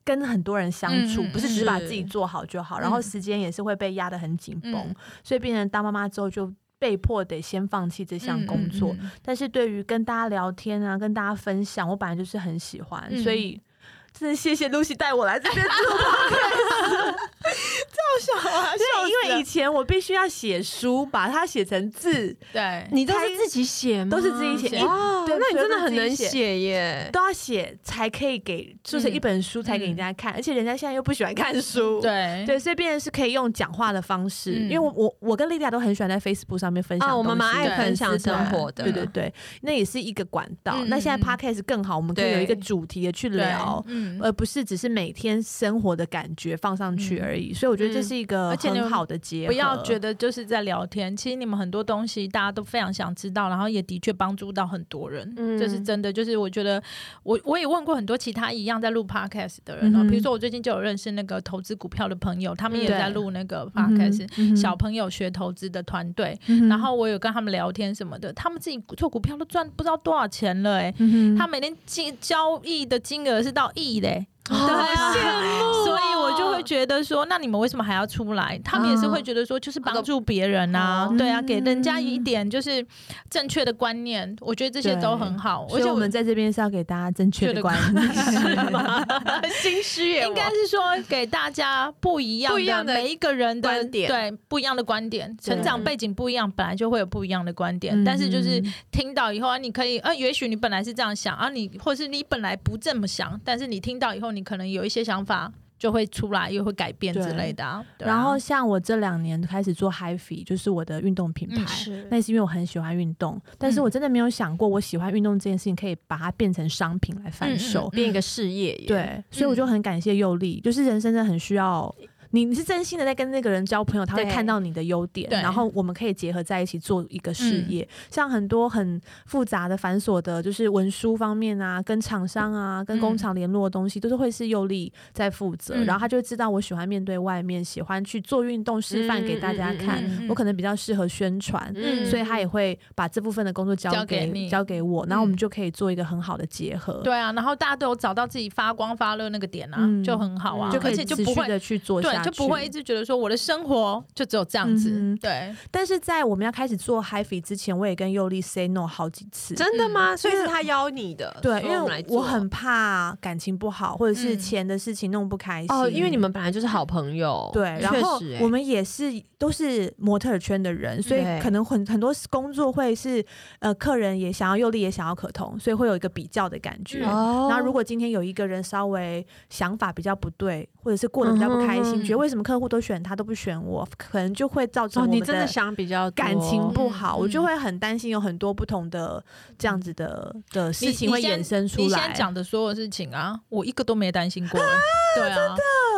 Speaker 1: 跟很多人相处，
Speaker 3: 嗯嗯
Speaker 1: 不是只
Speaker 2: 是
Speaker 1: 把自己做好就好，然后
Speaker 3: 嗯
Speaker 1: 时间也是会被压得很紧绷，
Speaker 3: 嗯
Speaker 1: 所以变成当妈妈之后就被迫得先放弃这项工作。
Speaker 3: 嗯嗯嗯
Speaker 1: 但是对于跟大家聊天啊，跟大家分享，我本来就是很喜欢，
Speaker 3: 嗯
Speaker 1: 所以真的谢谢露西带我来这边做
Speaker 3: 笑啊，
Speaker 1: 对，因为以
Speaker 3: 以
Speaker 1: 前我必须要写书，把它写成字，
Speaker 3: 对
Speaker 2: 你都是自己写吗？
Speaker 1: 都是自己写
Speaker 2: 哇，
Speaker 1: 对
Speaker 2: 哦那你真的很
Speaker 1: 全部
Speaker 2: 能
Speaker 1: 自己
Speaker 2: 写耶。
Speaker 1: 都要写才可以给，就是
Speaker 3: 嗯
Speaker 1: 一本书才给人家看，而且人家现在又不喜欢看书，
Speaker 3: 对
Speaker 1: 对，所以变成是可以用讲话的方式，
Speaker 3: 嗯
Speaker 1: 因为我我我跟莉莉亚都很喜欢在 Facebook 上面分享
Speaker 2: 啊，我们蛮
Speaker 1: 东西
Speaker 2: 爱分享生活的，
Speaker 1: 对对对，那也是一个管道。
Speaker 3: 嗯
Speaker 1: 那现在
Speaker 3: 嗯嗯
Speaker 1: Podcast 更好，我们可以
Speaker 2: 对
Speaker 1: 有一个主题的去
Speaker 3: 对
Speaker 1: 聊，呃
Speaker 3: 嗯
Speaker 1: 而不是只是每天生活的感觉放上去而已。所以我觉得这这是一个
Speaker 3: 嗯而且你
Speaker 1: 很
Speaker 3: 们
Speaker 1: 好的结合，
Speaker 3: 不要觉得就是在聊天，其实你们很多东西大家都非常想知道，然后也的确帮助到很多人，
Speaker 2: 嗯
Speaker 3: 这是真的。就是我觉得我我也问过很多其他一样在录 podcast 的人哦，
Speaker 1: 嗯哼
Speaker 3: 比如说我最近就有认识那个投资股票的朋友，他们也
Speaker 1: 对
Speaker 3: 在录那个
Speaker 1: 嗯哼
Speaker 3: podcast，、
Speaker 1: 嗯哼
Speaker 3: 小朋友学投资的团队，
Speaker 1: 嗯哼
Speaker 3: 然后我有跟他们聊天什么的，他们自己做股票都赚不知道多少钱了、欸，
Speaker 1: 嗯哼
Speaker 3: 他每天金交易的金额是到亿嘞、
Speaker 2: 哦
Speaker 3: 对
Speaker 2: 好
Speaker 3: 啊
Speaker 2: 羡慕哦
Speaker 3: 所以我就会觉得说，那你们为什么还要出来？他们也是会觉得说，就是帮助别人啊，
Speaker 2: 嗯
Speaker 3: 对啊，给人家一点就是正确的观念，我觉得这些都很好。
Speaker 1: 所
Speaker 3: 而
Speaker 1: 以
Speaker 3: 且
Speaker 1: 我们在这边是要给大家正确的观 念，
Speaker 2: 心虚耶，
Speaker 3: 应该是说给大家不一样
Speaker 2: 不一样的
Speaker 3: 每一个人的
Speaker 2: 观点
Speaker 3: 对不一样的观点，
Speaker 1: 对
Speaker 3: 成长背景不一样，本来就会有不一样的观点。
Speaker 1: 嗯
Speaker 3: 但是就是听到以后啊，你可以啊，也许你本来是这样想啊，你或是你本来不这么想，但是你听到以后，你可能有一些想法就会出来，又会改变
Speaker 1: 对
Speaker 3: 之类的、啊。对啊
Speaker 1: 然后像我这两年开始做 HiFi，就是我的运动品牌
Speaker 3: 嗯。是嗯
Speaker 1: 那是因为我很喜欢运动，但是我真的没有想过，我喜欢运动这件事情可以把它变成商品来
Speaker 3: 嗯
Speaker 1: 贩售。
Speaker 2: 变一个事业耶，
Speaker 1: 对，所以我就很感谢佑力，就是人生真的很需要你，你是真心的在跟那个人交朋友，他会
Speaker 2: 对
Speaker 1: 看到你的优点，
Speaker 3: 对
Speaker 1: 然后我们可以结合在一起做一个事业。像很多很复杂的、繁琐的，就是文书方面啊，跟厂商啊、跟工厂联络的东西，都是会是佑力在负责，
Speaker 3: 嗯
Speaker 1: 然后他就会知道我喜欢面对外面，喜欢去做运动示范给大家看，
Speaker 2: 嗯嗯
Speaker 1: 我可能比较适合宣传。
Speaker 2: 嗯
Speaker 1: 所以他也会把这部分的工作交
Speaker 3: 交
Speaker 1: 给
Speaker 3: 给你
Speaker 1: 交给我，然后我们
Speaker 3: 嗯
Speaker 1: 就可以做一个很好的结合。
Speaker 3: 对啊，然后大家都有找到自己发光发热那个点啊，
Speaker 1: 嗯
Speaker 3: 就很好啊，
Speaker 2: 嗯
Speaker 1: 就可
Speaker 3: 而
Speaker 1: 以
Speaker 3: 且就
Speaker 1: 持
Speaker 3: 不
Speaker 1: 续
Speaker 3: 会
Speaker 1: 的去做
Speaker 3: 对，
Speaker 1: 下去，
Speaker 3: 就不会一。直觉得说我的生活就只有这样子。
Speaker 1: 嗯哼
Speaker 3: 对，
Speaker 1: 但是在我们要开始做 HiFi 之前，我也跟佑力 say no 好几次。
Speaker 2: 真的吗？嗯所以
Speaker 1: 因为
Speaker 2: 是他邀你的，
Speaker 1: 对，因
Speaker 2: 说们来
Speaker 1: 为
Speaker 2: 做
Speaker 1: 我很怕感情不好，或者是
Speaker 3: 嗯
Speaker 1: 钱的事情弄不开心。
Speaker 2: 哦，因为你们本来就是好朋友，
Speaker 1: 对，然后
Speaker 2: 确实耶欸
Speaker 1: 我们也是都是模特儿圈的人，所以
Speaker 2: 对
Speaker 1: 可能很很多工作会是呃，客人也想要佑力，也想要可彤，所以会有一个比较的感觉。
Speaker 2: 哦
Speaker 1: 然后，如果今天有一个人稍微想法比较不对，或者是过得比较不开
Speaker 2: 嗯
Speaker 1: 心，
Speaker 2: 哼
Speaker 1: 觉得为什么客户都选他都不选我，可能就会造成
Speaker 2: 哦，
Speaker 1: 我们
Speaker 2: 你真的想哦比较多
Speaker 1: 感情不好，
Speaker 3: 嗯
Speaker 1: 我就
Speaker 3: 嗯
Speaker 1: 会很担心有很多不同的这样子的
Speaker 2: 嗯
Speaker 1: 的事情
Speaker 3: 你
Speaker 1: 会
Speaker 3: 你先
Speaker 1: 衍生出
Speaker 3: 你现
Speaker 1: 来
Speaker 3: 在。讲的所有事情啊，我一个都没担心过、欸对啊，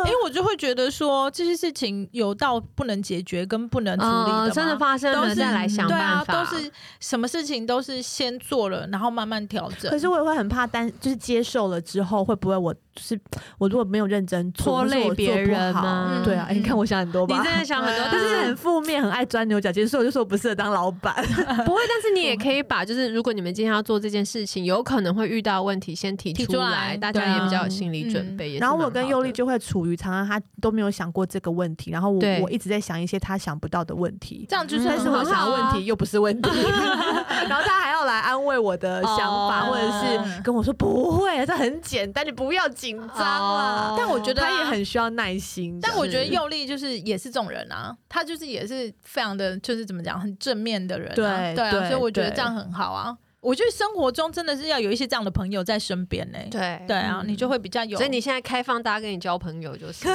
Speaker 3: 因为我就会觉得说这些事情有到不能解决跟不能处理的嘛、
Speaker 2: 哦真的发生
Speaker 3: 都
Speaker 2: 了
Speaker 3: 是
Speaker 2: 再来想
Speaker 3: 对
Speaker 2: 办
Speaker 3: 啊，
Speaker 2: 法，
Speaker 3: 都是什么事情都是先做了，然后慢慢调整。
Speaker 1: 可是我也会很怕担，就是接受了之后会不会我就是我如果没有认真做，
Speaker 2: 拖
Speaker 1: 或是我
Speaker 2: 累
Speaker 1: 做
Speaker 2: 别
Speaker 1: 不
Speaker 2: 人
Speaker 1: 好
Speaker 2: 吗
Speaker 1: 对啊，哎你看我想很多
Speaker 2: 你
Speaker 1: 吧，
Speaker 2: 真的想很多，
Speaker 3: 对
Speaker 2: 嗯
Speaker 1: 但
Speaker 2: 但
Speaker 1: 是
Speaker 2: 是
Speaker 1: 很负面，很爱钻牛角尖，所以我就说我不适合当老板。
Speaker 2: 不会，但是你也可以把，就是如果你们今天要做这件事情，有可能会遇到问题，先提
Speaker 3: 提
Speaker 2: 出
Speaker 3: 出来
Speaker 2: 大
Speaker 3: 对
Speaker 2: 家也比
Speaker 1: 啊
Speaker 2: 较有心理准
Speaker 3: 嗯
Speaker 2: 备。也是
Speaker 1: 然后
Speaker 2: 蛮
Speaker 1: 我跟
Speaker 2: 好
Speaker 1: 尤
Speaker 2: 的
Speaker 1: 力就会处于常常他都没有想过这个问题，然后我
Speaker 2: 对
Speaker 1: 我一直在想一些他想不到的问 题。
Speaker 3: 这样就是
Speaker 1: 但
Speaker 3: 很
Speaker 1: 是
Speaker 3: 好
Speaker 1: 我想的问题又不是问题， 然后他还要来安慰我的想法，
Speaker 2: 哦
Speaker 1: 或者是跟我说不会，这很简单，你不要紧张啦
Speaker 2: 哦。
Speaker 3: 但我觉得啊
Speaker 1: 他也很需要耐心，
Speaker 3: 但我觉得
Speaker 2: 是
Speaker 3: 佑力就是也是这种人啊，他就是也是非常的，就是怎么讲，很正面的人、啊，
Speaker 1: 对
Speaker 3: 啊，
Speaker 1: 对
Speaker 3: 所以我觉得
Speaker 1: 对
Speaker 3: 这样很好啊。我觉得生活中真的是要有一些这样的朋友在身边呢、
Speaker 2: 对
Speaker 3: 对啊，你就会比较有。
Speaker 2: 所以你现在开放大家跟你交朋友，就是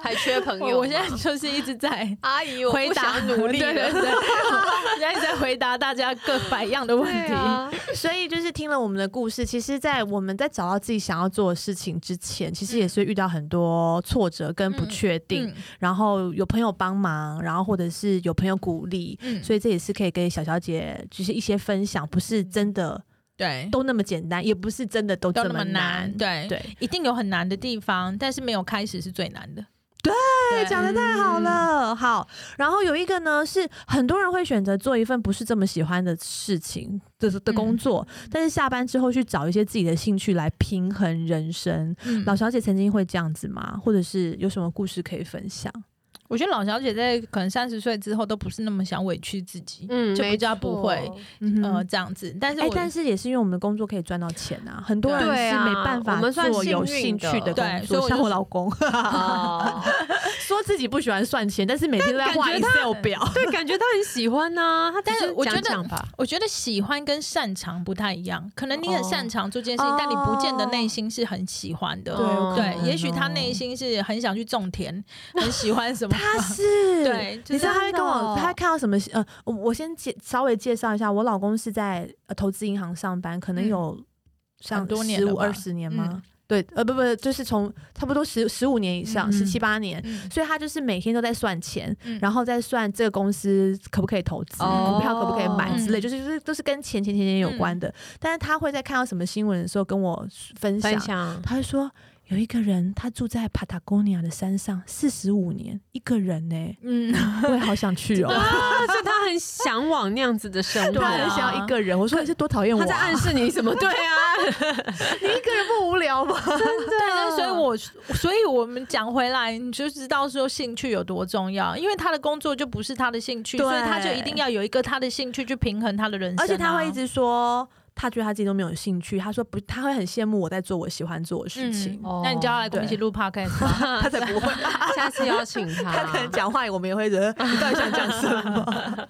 Speaker 2: 还缺朋友吗。
Speaker 3: 我我现在就是一直在
Speaker 2: 阿姨， 我
Speaker 3: 回
Speaker 2: 不
Speaker 3: 答
Speaker 2: 想努力
Speaker 3: 对
Speaker 2: 了
Speaker 3: 对对，我现在一直在回答大家各百样的问题。
Speaker 2: 对啊
Speaker 1: 所以就是听了我们的故事，其实，在我们在找到自己想要做的事情之前，其实也是遇到很多挫折跟不确定，
Speaker 3: 嗯
Speaker 1: 然后有朋友帮忙，然后或者是有朋友鼓励，
Speaker 3: 嗯，
Speaker 1: 所以这也是可以给小小姐就是一些分享，不是真的
Speaker 3: 对，
Speaker 1: 都那么简单，也不是真的都
Speaker 3: 都
Speaker 1: 这
Speaker 3: 那么
Speaker 1: 难。
Speaker 3: 难，对
Speaker 1: 对，
Speaker 3: 一定有很难的地方，但是没有开始是最难的。
Speaker 1: 对
Speaker 3: 对嗯
Speaker 1: 讲的太好了，好。然后有一个呢，是很多人会选择做一份不是这么喜欢的事情的的工作，
Speaker 3: 嗯
Speaker 1: 但是下班之后去找一些自己的兴趣来平衡人生。
Speaker 3: 嗯
Speaker 1: 老小姐曾经会这样子吗？或者是有什么故事可以分享？
Speaker 3: 我觉得老小姐在可能三十岁之后都不是那么想委屈自己，
Speaker 2: 嗯，
Speaker 3: 就
Speaker 2: 没
Speaker 3: 比较不会
Speaker 2: 错
Speaker 1: 嗯哼
Speaker 3: 呃，这样子。但是
Speaker 1: 哎、
Speaker 3: 我，
Speaker 1: 但是也是因为我们的工作可以赚到钱啊，很多人
Speaker 2: 对
Speaker 1: 是
Speaker 2: 啊
Speaker 1: 没办
Speaker 2: 我
Speaker 1: 法
Speaker 2: 们算
Speaker 1: 做有
Speaker 2: 幸
Speaker 1: 兴
Speaker 2: 运的
Speaker 1: 趣的工
Speaker 3: 对所以
Speaker 1: 作，
Speaker 3: 我
Speaker 1: 像
Speaker 3: 就
Speaker 1: 我老公
Speaker 2: 哦，
Speaker 1: 说自己不喜欢算钱，但是每天都在
Speaker 2: 但
Speaker 1: 画
Speaker 2: 感觉
Speaker 1: Excel 表。
Speaker 2: 对，感觉他很喜欢呐，他只
Speaker 3: 但我觉
Speaker 2: 讲
Speaker 3: 得
Speaker 2: 讲吧，
Speaker 3: 我觉得喜欢跟擅长不太一样，可能你很
Speaker 2: 哦
Speaker 3: 擅长做这件事情，但你不见得内心是很喜欢的。
Speaker 2: 对有可
Speaker 3: 对，也许他
Speaker 1: 哦
Speaker 3: 内心是很想去种田，很喜欢什么。
Speaker 1: 他是
Speaker 3: 对就是
Speaker 1: 你知道他会跟
Speaker 2: 真的
Speaker 1: 我，
Speaker 2: 哦
Speaker 1: 他会看到什么？呃，我我先介稍微介绍一下，我老公是在、呃、投资银行上班，可能
Speaker 3: 嗯
Speaker 1: 有像
Speaker 3: 很多年
Speaker 1: 十
Speaker 3: 了
Speaker 1: 五
Speaker 3: 吧
Speaker 1: 二十年吗？
Speaker 3: 嗯
Speaker 1: 对，呃，不不，就是从差不多十十五年以上，
Speaker 2: 嗯
Speaker 1: 十七八年，
Speaker 3: 嗯
Speaker 1: 所以他就是每天都在算钱，
Speaker 3: 嗯
Speaker 1: 然后再算这个公司可不可以投资，
Speaker 2: 哦
Speaker 1: 股票可不可以买之类，
Speaker 3: 嗯
Speaker 1: 就是就是都是跟钱钱钱钱有关的。但是他会在看到什么新闻的时候跟我分享，
Speaker 2: 分享
Speaker 1: 他会说有一个人他住在帕塔哥尼亚的山上四十五年，一个人呢、
Speaker 3: 嗯，
Speaker 1: 我也好想去哦。啊
Speaker 2: 啊，所以他很向往那样子的生活，
Speaker 1: 他很想要一个人，我说你是多讨厌我、
Speaker 2: 啊他
Speaker 1: 啊，
Speaker 2: 在暗示你什 么？对啊，
Speaker 1: 你一个人不无聊吗？
Speaker 3: 对，所以我所以我们讲回来，你就知道说兴趣有多重要，因为他的工作就不是他的兴趣，
Speaker 1: 对
Speaker 3: 所以他就一定要有一个他的兴趣去平衡他的人生啊、
Speaker 1: 而且他会一直说，他觉得他自己都没有兴趣。他说不，他会很羡慕我在做我喜欢做的事情。
Speaker 3: 嗯
Speaker 2: 哦
Speaker 3: 那你就要来跟我们一起录 podcast 吗？
Speaker 1: 他才不会，
Speaker 2: 下次邀请他，
Speaker 1: 他可能讲话我们也会觉得你到底想讲什么？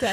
Speaker 3: 对，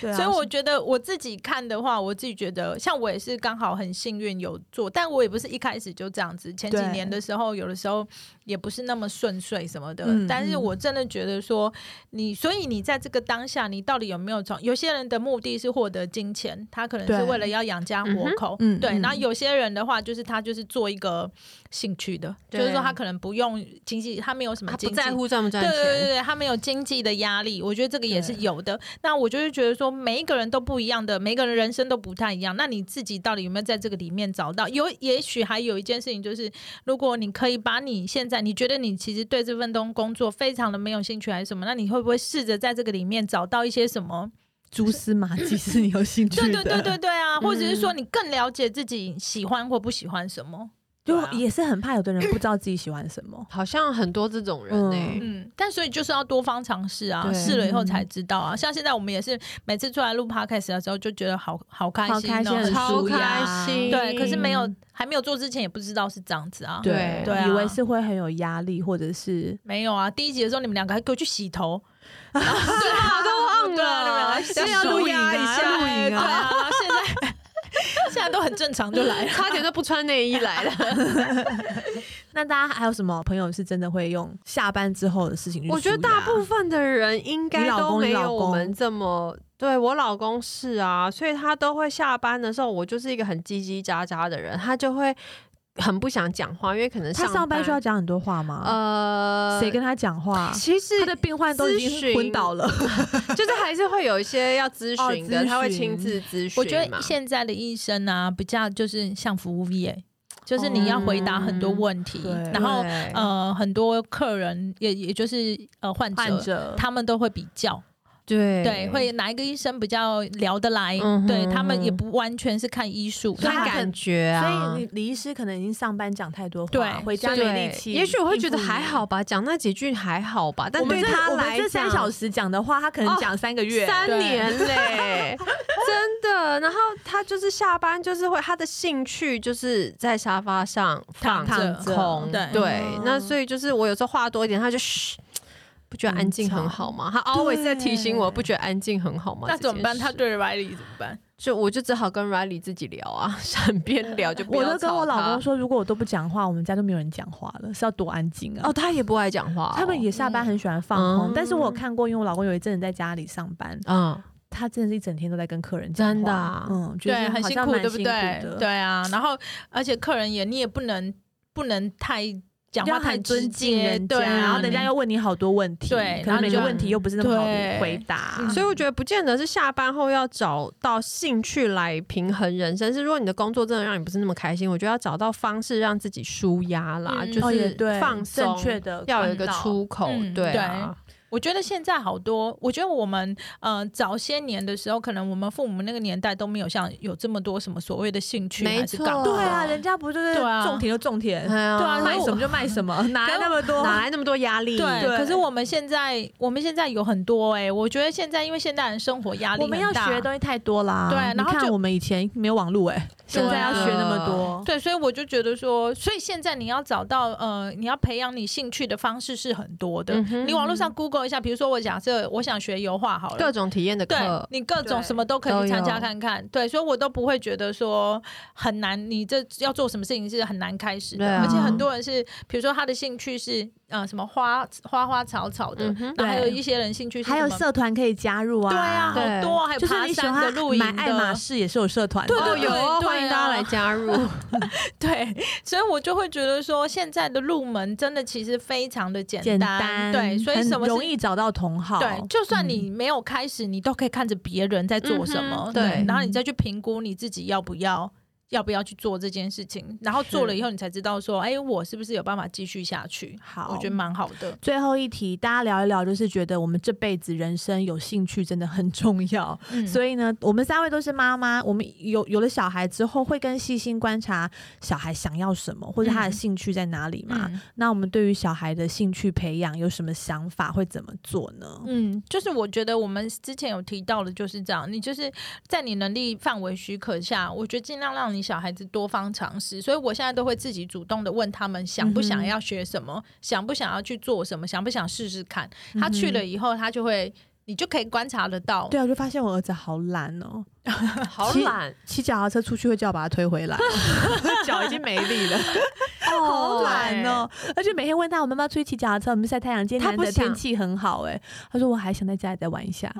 Speaker 1: 对啊，
Speaker 3: 所以我觉得我自己看的话，我自己觉得，像我也是刚好很幸运有做，但我也不是一开始就这样子。前几
Speaker 1: 对
Speaker 3: 年的时候，有的时候也不是那么顺遂什么的。
Speaker 1: 嗯
Speaker 3: 但是
Speaker 1: 嗯
Speaker 3: 我真的觉得说，你所以你在这个当下，你到底有没有从？有些人的目的是获得金钱，他可能是
Speaker 1: 对
Speaker 3: 为了要养家
Speaker 2: 嗯
Speaker 3: 活
Speaker 2: 哼
Speaker 3: 口，
Speaker 1: 嗯
Speaker 3: 对。
Speaker 1: 嗯
Speaker 3: 然后有些人的话，就是他就是做一个兴趣的，就是说
Speaker 2: 对
Speaker 3: 他可能不用经济，他没有什么
Speaker 2: 他
Speaker 3: 经
Speaker 2: 不
Speaker 3: 济
Speaker 2: 在乎赚不赚
Speaker 3: 对对
Speaker 2: 钱，
Speaker 3: 对对，他们有经济的压力，我觉得这个也是
Speaker 1: 对
Speaker 3: 有的。那我就是觉得说，每一个人都不一样的，每一个人人生都不太一样。那你自己到底有没有在这个里面找到？有，也许还有一件事情就是，如果你可以把你现在你觉得你其实对这份工工作非常的没有兴趣还是什么，那你会不会试着在这个里面找到一些什么？
Speaker 1: 蛛丝马迹是你有兴趣
Speaker 3: 对
Speaker 1: 的，
Speaker 3: 对对对对啊，或者是说
Speaker 2: 嗯。
Speaker 3: 你更了解自己喜欢或不喜欢什么？对啊
Speaker 1: 就也是很怕有的人不知道自己喜欢什么
Speaker 2: 好像很多这种人欸呢。
Speaker 3: 嗯，但所以就是要多方尝试啊，
Speaker 1: 对嗯
Speaker 3: 试了以后才知道啊。像现在我们也是每次出来录 podcast 的时候，就觉得好好开心、哦，
Speaker 1: 好开心很
Speaker 2: 超
Speaker 1: 舒
Speaker 2: 开
Speaker 1: 压嗯
Speaker 2: 心，
Speaker 3: 对，可是没有还没有做之前也不知道是这样子啊。
Speaker 2: 对
Speaker 3: 对啊
Speaker 1: 以为是会很有压力，或者是
Speaker 3: 没有啊，第一集的时候你们两个还给我去洗头，
Speaker 2: 我都忘
Speaker 3: 对啊你们两
Speaker 2: 了
Speaker 3: 个，
Speaker 1: 所以要录影啊要录影啊
Speaker 3: 对啊，然后现在 现在都很正常就来了。
Speaker 2: 差点都不穿内衣来了。
Speaker 1: 那大家还有什么朋友是真的会用下班之后的事情去舒压？
Speaker 2: 我觉得大部分的人应该
Speaker 1: 你老
Speaker 2: 都
Speaker 1: 公
Speaker 2: 没
Speaker 1: 你
Speaker 2: 有
Speaker 1: 老
Speaker 2: 我们
Speaker 1: 公
Speaker 2: 这么。对我老公是啊，所以他都会下班的时候，我就是一个很叽叽喳喳的人，他就会很不想讲话，因为可能
Speaker 1: 他上
Speaker 2: 班
Speaker 1: 班需要讲很多话吗？
Speaker 2: 呃，
Speaker 1: 谁跟他讲话？
Speaker 2: 其实
Speaker 1: 他的病患都已
Speaker 2: 咨
Speaker 1: 经
Speaker 2: 询
Speaker 1: 昏倒了。
Speaker 2: 就是还是会有一些要咨
Speaker 1: 哦
Speaker 2: 询的，
Speaker 1: 咨
Speaker 2: 他会
Speaker 1: 询
Speaker 2: 亲自咨询嘛。
Speaker 3: 我觉得现在的医生啊，比较就是像服务业，就是你要回答很多问题，
Speaker 1: 嗯对
Speaker 3: 然后
Speaker 2: 对
Speaker 3: 呃，很多客人也也就是呃患者。
Speaker 1: 者
Speaker 3: 他们都会比较，
Speaker 1: 呃
Speaker 2: 对
Speaker 3: 对，会哪一个医生比较聊得来，
Speaker 2: 嗯哼
Speaker 3: 对他
Speaker 2: 嗯
Speaker 3: 们
Speaker 2: 哼
Speaker 3: 也不完全是看医术，
Speaker 1: 所以
Speaker 2: 看
Speaker 1: 他
Speaker 2: 感
Speaker 1: 很
Speaker 2: 觉啊。
Speaker 1: 所以你李医师可能已经上班讲太多话，
Speaker 3: 对
Speaker 1: 回家
Speaker 2: 对
Speaker 1: 没力气。
Speaker 2: 也许我会觉得
Speaker 1: 应付你
Speaker 2: 还好。吧，讲那几句还好吧，但
Speaker 1: 我们
Speaker 2: 对
Speaker 1: 这
Speaker 2: 他
Speaker 1: 我们
Speaker 2: 来
Speaker 1: 这三
Speaker 2: 讲
Speaker 1: 小时讲的话，他可能
Speaker 2: 哦
Speaker 1: 讲三个月。
Speaker 2: 三
Speaker 3: 对
Speaker 2: 年嘞， 真的。然后他就是下班就是会他的兴趣就是在沙发上
Speaker 3: 躺
Speaker 2: 放
Speaker 3: 着
Speaker 2: 空，
Speaker 3: 对
Speaker 1: 哦
Speaker 2: 那所以就是我有时候话多一点，他就嘘。不觉得安静很好吗？他 always 在提醒我，
Speaker 1: 对
Speaker 2: 不觉得安静很好吗？
Speaker 3: 那怎么办？
Speaker 2: 这件事
Speaker 3: 他对 Riley 怎么办？
Speaker 2: 就我就只好跟 Riley 自己聊啊， 闪边聊就不
Speaker 1: 我
Speaker 2: 要
Speaker 1: 都跟我
Speaker 2: 吵他
Speaker 1: 老公说，如果我都不讲话，我们家都没有人讲话了，是要多安静啊！
Speaker 2: 哦，他也不爱讲话哦、
Speaker 1: 他们也下班很喜欢放空，
Speaker 2: 嗯
Speaker 1: 但是我有看过，因为我老公有一阵子在家里上班，
Speaker 2: 嗯，
Speaker 1: 他真的是一整天都在跟客人讲话
Speaker 2: 真的啊
Speaker 1: 嗯， 觉
Speaker 3: 对，
Speaker 1: 得
Speaker 3: 很
Speaker 1: 好
Speaker 3: 辛
Speaker 1: 像
Speaker 3: 苦，
Speaker 1: 蛮
Speaker 3: 对不
Speaker 1: 辛
Speaker 3: 对
Speaker 1: 苦？的
Speaker 3: 对啊，然后而且客人也，你也不能不能太讲话
Speaker 1: 要
Speaker 3: 太
Speaker 1: 很
Speaker 3: 直
Speaker 1: 尊敬
Speaker 3: 接，
Speaker 1: 人家，
Speaker 3: 对啊，
Speaker 1: 然后人家又问你好多问题，
Speaker 3: 对
Speaker 1: 可
Speaker 3: 然
Speaker 1: 能
Speaker 3: 后你
Speaker 1: 每
Speaker 3: 就
Speaker 1: 个问题又不是那么好
Speaker 3: 对
Speaker 1: 回答，
Speaker 3: 嗯
Speaker 2: 所以我觉得不见得是下班后要找到兴趣来平衡人生，是如果你的工作真的让你不是那么开心，我觉得要找到方式让自己舒压啦，
Speaker 3: 嗯
Speaker 2: 就
Speaker 1: 哦也
Speaker 2: 是
Speaker 1: 对
Speaker 2: 放松，
Speaker 1: 正确的
Speaker 2: 要有一个
Speaker 1: 管道
Speaker 2: 出口，
Speaker 3: 嗯
Speaker 2: 对啊，
Speaker 3: 我觉得现在好多，我觉得我们呃早些年的时候，可能我们父母那个年代都没有像有这么多什么所谓的兴趣
Speaker 2: 没
Speaker 3: 还是干嘛
Speaker 2: 错
Speaker 1: 对啊，人家不就是
Speaker 3: 对啊
Speaker 1: 种田就种田，
Speaker 2: 哎呀
Speaker 1: 对啊，
Speaker 3: 所以
Speaker 1: 卖
Speaker 3: 我
Speaker 1: 什么就卖什 么，哪来那么多？
Speaker 2: 哪来那么多压力？
Speaker 3: 对，
Speaker 1: 对
Speaker 3: 可是我们现在我们现在有很多哎、我觉得现在因为现代人生活压力
Speaker 1: 我
Speaker 3: 很大
Speaker 1: 们要学的东西太多啦。
Speaker 3: 对然
Speaker 1: 你
Speaker 3: 后
Speaker 1: 看
Speaker 3: 就啊
Speaker 1: 我们以前没有网络哎、现在要学那么多。
Speaker 3: 对，所以我就觉得说，所以现在你要找到呃，你要培养你兴趣的方式是很多的。
Speaker 2: 嗯哼
Speaker 3: 你网络上 Google 一下，比如说我假设我想学油画好了，
Speaker 2: 各种体验的
Speaker 3: 对
Speaker 2: 课，哦
Speaker 3: 你各种
Speaker 1: 对
Speaker 3: 什么都可以去参加
Speaker 2: 都有
Speaker 3: 看看。对，所以我都不会觉得说很难，你这要做什么事情是很难开始的。
Speaker 2: 对啊
Speaker 3: 而且很多人是，比如说他的兴趣是呃什么花花花草草的
Speaker 2: 嗯哼，
Speaker 3: 那、还有
Speaker 1: 对
Speaker 3: 一些人兴趣是
Speaker 1: 还有
Speaker 3: 什么
Speaker 1: 社团可以加入啊，
Speaker 3: 对啊，
Speaker 2: 对
Speaker 3: 好多啊还有
Speaker 1: 就是
Speaker 3: 爬
Speaker 1: 你喜
Speaker 3: 山的、
Speaker 1: 欢
Speaker 3: 露营
Speaker 1: 买
Speaker 3: 的、
Speaker 1: 爱马仕也是有社团的，
Speaker 3: 对对
Speaker 2: 哦有哦，
Speaker 3: 对
Speaker 2: 欢迎大家
Speaker 3: 啊
Speaker 2: 来 加入。
Speaker 3: 对，所以我就会觉得说，现在的入门真的其实非常的简
Speaker 1: 简单，
Speaker 3: 对，所以
Speaker 1: 很
Speaker 3: 什么
Speaker 1: 容
Speaker 3: 事。
Speaker 1: 易找到同好，嗯
Speaker 3: 对，就算你没有开始，你都可以看着别人在做什么
Speaker 2: 嗯哼，对
Speaker 3: 然后你再去评估你自己要不要。要不要去做这件事情？然后做了以后，你才知道说，哎、我是不是有办法继续下去？
Speaker 1: 好，
Speaker 3: 我觉得蛮好的。
Speaker 1: 最后一题，大家聊一聊，就是觉得我们这辈子人生有兴趣真的很重要。
Speaker 3: 嗯，
Speaker 1: 所以呢，我们三位都是妈妈，我们有有了小孩之后，会更细心观察小孩想要什么，或者他的
Speaker 3: 嗯
Speaker 1: 兴趣在哪里嘛？
Speaker 3: 嗯
Speaker 1: 那我们对于小孩的兴趣培养有什么想法？会怎么做呢？
Speaker 3: 嗯，就是我觉得我们之前有提到的，就是这样。你就是在你能力范围许可下，我觉得尽量让你小孩子多方尝试。所以我现在都会自己主动的问他们想不
Speaker 1: 嗯
Speaker 3: 想
Speaker 1: 哼
Speaker 3: 要学什么，想不想要去做什么，想不想试试看。他去了
Speaker 1: 嗯
Speaker 3: 以后，他就会，你就可以观察得到
Speaker 1: 哼，。对啊，我就发现我儿子好懒哦，
Speaker 2: 好
Speaker 1: 其
Speaker 2: 懒
Speaker 1: 骑脚踏车出去会叫我把他推回来， 脚已经没力了，
Speaker 2: 哦，
Speaker 1: 好懒哦。而且每天问他我们要不要出去骑脚踏车，我们晒太阳，今天
Speaker 2: 他
Speaker 1: 难
Speaker 2: 不
Speaker 1: 得天
Speaker 2: 想
Speaker 1: 气很好哎、他说我还想在家里再玩一下。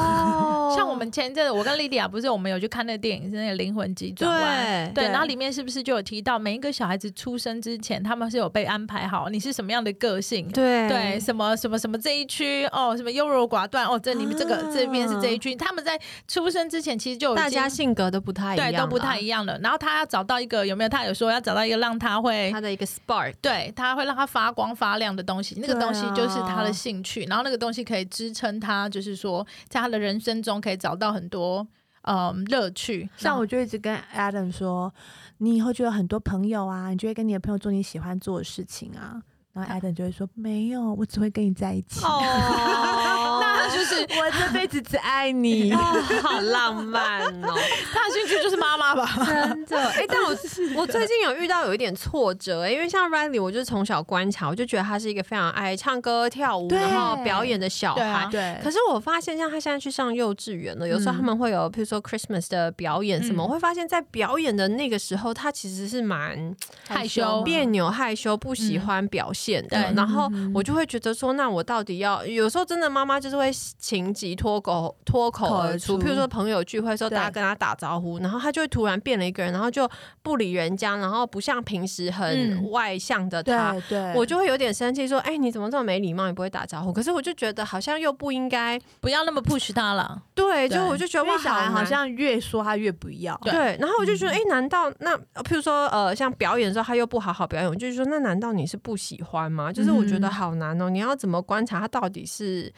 Speaker 2: 哦
Speaker 3: 像我们前一阵子，我跟莉莉亚不是我们有去看那个电影，是那个《灵魂急转弯》。
Speaker 2: 对
Speaker 3: 对，
Speaker 1: 对
Speaker 3: 然后里面是不是就有提到每一个小孩子出生之前，他们是有被安排好你是什么样的个性，
Speaker 2: 对
Speaker 3: 对，什么什么什么这一区哦，什么优柔寡断哦，这你们这个、
Speaker 1: 啊
Speaker 3: 这边是这一区，他们在出生之前其实就已
Speaker 2: 大家
Speaker 3: 经
Speaker 2: 性格都不太一样啊
Speaker 3: 对
Speaker 2: 啦，
Speaker 3: 都不太一样了。然后他要找到一个有没有？他有说要找到一个让他会
Speaker 2: 他。的一个 spark。
Speaker 3: 对，他会让他发光发亮的东西，那个
Speaker 1: 对啊
Speaker 3: 东西就是他的兴趣，然后那个东西可以支撑他，就是说在他的人生中可以找到很多嗯乐趣。
Speaker 1: 像我就一直跟 Adam 说，你以后就有很多朋友啊，你就会跟你的朋友做你喜欢做的事情啊。然后 Adam 就会说，没有，我只会跟你在一起。
Speaker 3: 哦，
Speaker 2: 那
Speaker 3: 那就是
Speaker 1: 我这辈子只爱你
Speaker 2: 哦， 好浪漫哦，
Speaker 3: 他的兴趣就是妈妈吧？
Speaker 2: 真的。哎、但我我最近有遇到有一点挫折、哎因为像 Riley，我就是从小观察，我就觉得他是一个非常爱唱歌、跳舞，
Speaker 1: 对
Speaker 2: 然后表演的小
Speaker 3: 对
Speaker 2: 孩。
Speaker 3: 啊
Speaker 1: 对
Speaker 2: 可是我发现，像他现在去上幼稚园了，有时候
Speaker 1: 嗯
Speaker 2: 他们会有，譬如说 Christmas 的表演什么，
Speaker 3: 嗯
Speaker 2: 我会发现在表演的那个时候，他其实是蛮
Speaker 3: 害
Speaker 1: 啊
Speaker 3: 羞
Speaker 2: 别扭、害羞、不喜欢表现的。
Speaker 3: 对
Speaker 2: 然后
Speaker 1: 嗯
Speaker 2: 我就会觉得说，那我到底要？有时候真的妈妈就是会情急脱口脱口
Speaker 1: 口而
Speaker 2: 而出，
Speaker 1: 出
Speaker 2: 譬如说朋友聚会的时候，
Speaker 1: 对
Speaker 2: 大家跟他打招呼，然后他就会突然变了一个人，然后就不理人家，然后不像平时很
Speaker 3: 嗯
Speaker 2: 外向的他。
Speaker 1: 对对，
Speaker 2: 我就会有点生气，说：“哎、你怎么这么没礼貌？你不会打招呼？”可是我就觉得好像又不应该，
Speaker 3: 不要那么 push 他了。
Speaker 2: 对，
Speaker 3: 对
Speaker 2: 就我就觉
Speaker 1: 因
Speaker 2: 得哇，
Speaker 1: 为小孩好
Speaker 2: 难
Speaker 1: 像越说他越不要。
Speaker 3: 对
Speaker 2: 对，然后我就觉得，哎、难道那呃譬如说，呃，像表演的时候他又不好好表演，我就是说，那难道你是不喜欢吗？就是我觉得
Speaker 3: 嗯
Speaker 2: 好难哦、你要怎么观察他到底是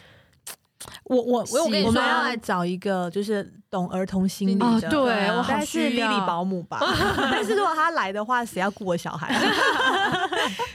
Speaker 3: 我我我有跟你
Speaker 1: 我
Speaker 3: 说啊
Speaker 1: 们，要
Speaker 2: 啊
Speaker 1: 来找一个就是懂儿童心理
Speaker 3: 哦
Speaker 1: 的，
Speaker 2: 对
Speaker 3: 对啊
Speaker 2: 我
Speaker 1: 大
Speaker 2: 好
Speaker 1: 概是
Speaker 2: 需
Speaker 1: 莉莉
Speaker 2: 要
Speaker 1: 保姆吧。但是如果他来的话，谁要顾我小孩？啊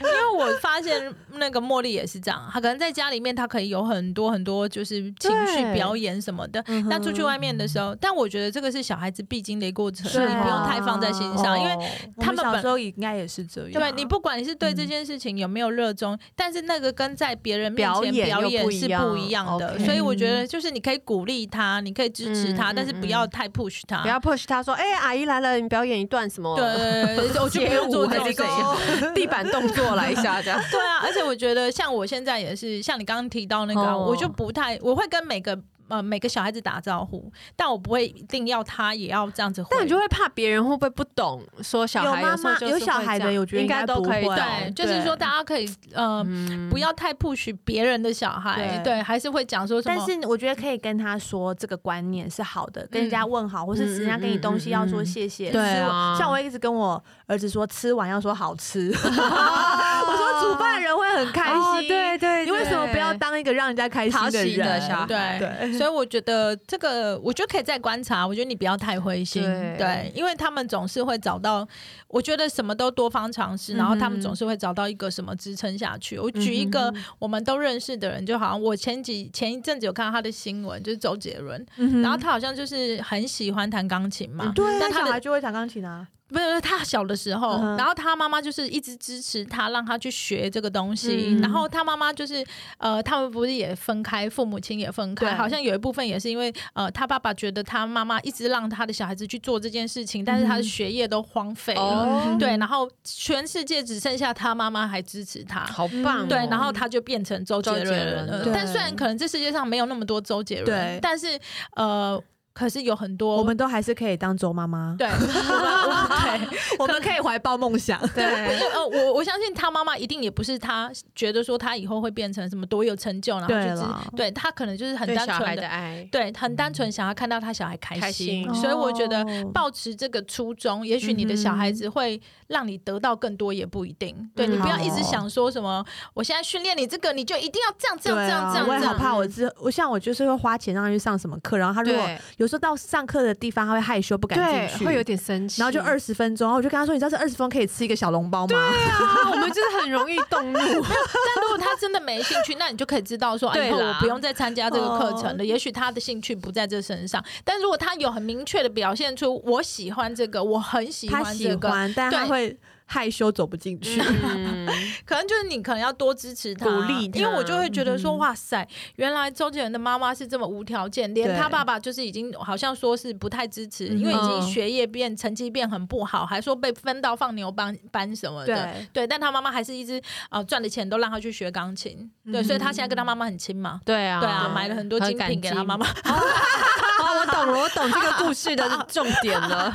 Speaker 3: 因为我发现那个茉莉也是这样，啊她可能在家里面她可以有很多很多就是情绪
Speaker 2: 对嗯
Speaker 3: 表演什么的，那出去外面的时候，但我觉得这个是小孩子必经的一个过程，
Speaker 1: 是
Speaker 3: 你不用
Speaker 1: 啊
Speaker 3: 太放在心上，
Speaker 2: 哦
Speaker 3: 因为。
Speaker 1: 他
Speaker 3: 他
Speaker 1: 们
Speaker 3: 们
Speaker 1: 小
Speaker 3: 本
Speaker 1: 时候应该也是这样。
Speaker 3: 对你不管你是对这
Speaker 1: 嗯
Speaker 3: 件事情有没有热衷，但是那个跟在别人面
Speaker 2: 表
Speaker 3: 前
Speaker 2: 演又
Speaker 3: 表演
Speaker 2: 不一
Speaker 3: 是
Speaker 2: 样
Speaker 3: 不一样的，
Speaker 2: OK
Speaker 3: 所以我觉得就是你可以鼓励他，你可以支持他，
Speaker 2: 嗯
Speaker 3: 但是
Speaker 2: 嗯
Speaker 3: 不要太 push 他。
Speaker 2: 不要 push 他说，哎、阿姨来了，你表演一段什么？
Speaker 3: 啊对对对， 我就不
Speaker 2: 街
Speaker 3: 用
Speaker 2: 舞
Speaker 3: 做
Speaker 2: 还
Speaker 3: 这
Speaker 2: 是
Speaker 3: 种
Speaker 2: 一
Speaker 3: 事
Speaker 2: 个
Speaker 3: 情。
Speaker 2: 地板动作来一下这样。
Speaker 3: 对啊，而且我觉得像我现在也是，像你刚刚提到那个啊、
Speaker 2: 哦
Speaker 3: 我就不太，我会跟每个呃每个小孩子打招呼，但我不会一定要他也要这样子回。
Speaker 2: 但你就会怕别人会不会不懂，说小
Speaker 1: 有
Speaker 2: 孩
Speaker 1: 妈
Speaker 2: 时候
Speaker 1: 妈
Speaker 2: 就是
Speaker 1: 有
Speaker 2: 会
Speaker 1: 小孩
Speaker 2: 这
Speaker 1: 的
Speaker 2: 样
Speaker 1: 我觉得应
Speaker 2: 应
Speaker 1: 该
Speaker 2: 该都
Speaker 1: 不
Speaker 2: 可以
Speaker 1: 会
Speaker 2: 懂
Speaker 3: 对，就是说大家可以呃、
Speaker 2: 哦嗯
Speaker 3: 不要太 push 别人的小孩，
Speaker 1: 对
Speaker 3: 对，还是会讲说什么。
Speaker 1: 但是我觉得可以跟他说这个观念是好的，跟人家问好，或是人家给你东西要说谢谢。
Speaker 2: 嗯嗯嗯嗯嗯对
Speaker 1: 吃
Speaker 2: 啊
Speaker 1: 完像我一直跟我儿子说，吃完要说好吃。我说煮饭人会很开
Speaker 2: 哦
Speaker 1: 心，
Speaker 2: 对对，
Speaker 1: 你为什么不要
Speaker 2: 对
Speaker 1: 当一个让人家开心
Speaker 2: 讨喜的
Speaker 1: 人？
Speaker 2: 小孩
Speaker 3: 对，
Speaker 1: 对
Speaker 3: 所以我觉得这个，我觉得可以再观察。我觉得你不要太灰心，
Speaker 2: 对
Speaker 3: 对，因为他们总是会找到，我觉得什么都多方尝试，然后他们总是会找到一个什么支撑下去。我举一个我们都认识的人，就好像我前几前一阵子有看到他的新闻，就是周杰伦，
Speaker 1: 嗯哼
Speaker 3: 然后他好像就是很喜欢弹钢琴嘛，
Speaker 1: 对啊，
Speaker 3: 但
Speaker 1: 小
Speaker 3: 他
Speaker 1: 孩
Speaker 3: 的
Speaker 1: 就会弹钢琴啊，
Speaker 3: 不是他小的时候，
Speaker 1: 嗯哼
Speaker 3: 然后他妈妈就是一直支持他，让他去学这个东
Speaker 1: 嗯
Speaker 3: 西。然后他妈妈就是呃，他们不是也分开，父母亲也分开，
Speaker 1: 对
Speaker 3: 好像有一部分也是因为呃，他爸爸觉得他妈妈一直让他的小孩子去做这件事情，但是他的
Speaker 1: 嗯
Speaker 3: 学业都荒废了。
Speaker 2: 哦，
Speaker 3: 对，然后全世界只剩下他妈妈还支持他。
Speaker 2: 好棒哦、
Speaker 3: 对，然后他就变成周杰
Speaker 2: 周杰伦
Speaker 3: 伦了呃
Speaker 1: 对。
Speaker 3: 但虽然可能这世界上没有那么多周杰
Speaker 1: 对
Speaker 3: 伦，但是呃，可是有很多
Speaker 1: 我们都还是可以当周妈妈，
Speaker 3: 对我们我们对。
Speaker 1: 我们可以怀抱梦想。
Speaker 3: 对，呃，我我相信他妈妈一定也不是他觉得说他以后会变成什么多有成就，然后
Speaker 1: 对
Speaker 3: 就
Speaker 1: 啦
Speaker 3: 是对他可能就是很
Speaker 2: 对
Speaker 3: 单
Speaker 2: 小孩
Speaker 3: 纯
Speaker 2: 的
Speaker 3: 的，
Speaker 2: 爱，
Speaker 3: 对，很单纯想要看到他小孩开心，
Speaker 2: 开心
Speaker 3: 所以我觉得
Speaker 1: 哦嗯
Speaker 3: 保持这个初衷，也许你的小孩子会让你得到更多，也不一定。对你不要一
Speaker 1: 嗯
Speaker 3: 直想说什么，我现在训练你这个，你就一定要这样这样
Speaker 1: 对
Speaker 3: 这样
Speaker 1: 啊
Speaker 3: 这样嗯
Speaker 1: 我也
Speaker 3: 这
Speaker 1: 好
Speaker 3: 样。
Speaker 1: 怕我之我像我就是会花钱让他去上什么课，然后他如果
Speaker 2: 对
Speaker 1: 有时候到上课的地方，他会害羞不敢进去，
Speaker 2: 对，会有点生气，
Speaker 1: 然后就二十分钟，然后我就跟他说：“你知道这二十分钟可以吃一个小笼包吗？”
Speaker 2: 啊，我们就是很容易动怒，
Speaker 3: 但如果他真的没兴趣，那你就可以知道说，哎，
Speaker 2: 对
Speaker 3: 以后
Speaker 2: 啦
Speaker 3: 我不用再参加这个课程
Speaker 1: 哦
Speaker 3: 了。也许他的兴趣不在这身上，但如果他有很明确的表现出我喜欢这个，我很喜
Speaker 1: 他
Speaker 3: 欢
Speaker 1: 喜
Speaker 3: 这个，
Speaker 1: 欢，但他
Speaker 3: 对
Speaker 1: 会害羞走不进去。
Speaker 2: 嗯，
Speaker 3: 可能就是你可能要多支持他，
Speaker 2: 鼓励他
Speaker 3: 因为我就会觉得说，
Speaker 1: 嗯
Speaker 3: 哇塞，原来周杰伦的妈妈是这么无条件，
Speaker 1: 对
Speaker 3: 连他爸爸就是已经好像说是不太支持，
Speaker 1: 嗯
Speaker 3: 因为已经
Speaker 2: 嗯
Speaker 3: 学业变成绩变很不好，还说被分到放牛班班什么的。对，但他妈妈还是一直呃赚的钱都让他去学钢琴，对，
Speaker 1: 嗯
Speaker 3: 所以他现在跟他妈妈很亲嘛。
Speaker 2: 对啊，
Speaker 3: 对啊，
Speaker 1: 对
Speaker 3: 买了很多精品给他妈妈。
Speaker 2: 哦，我懂了，我懂这个故 事的重点了。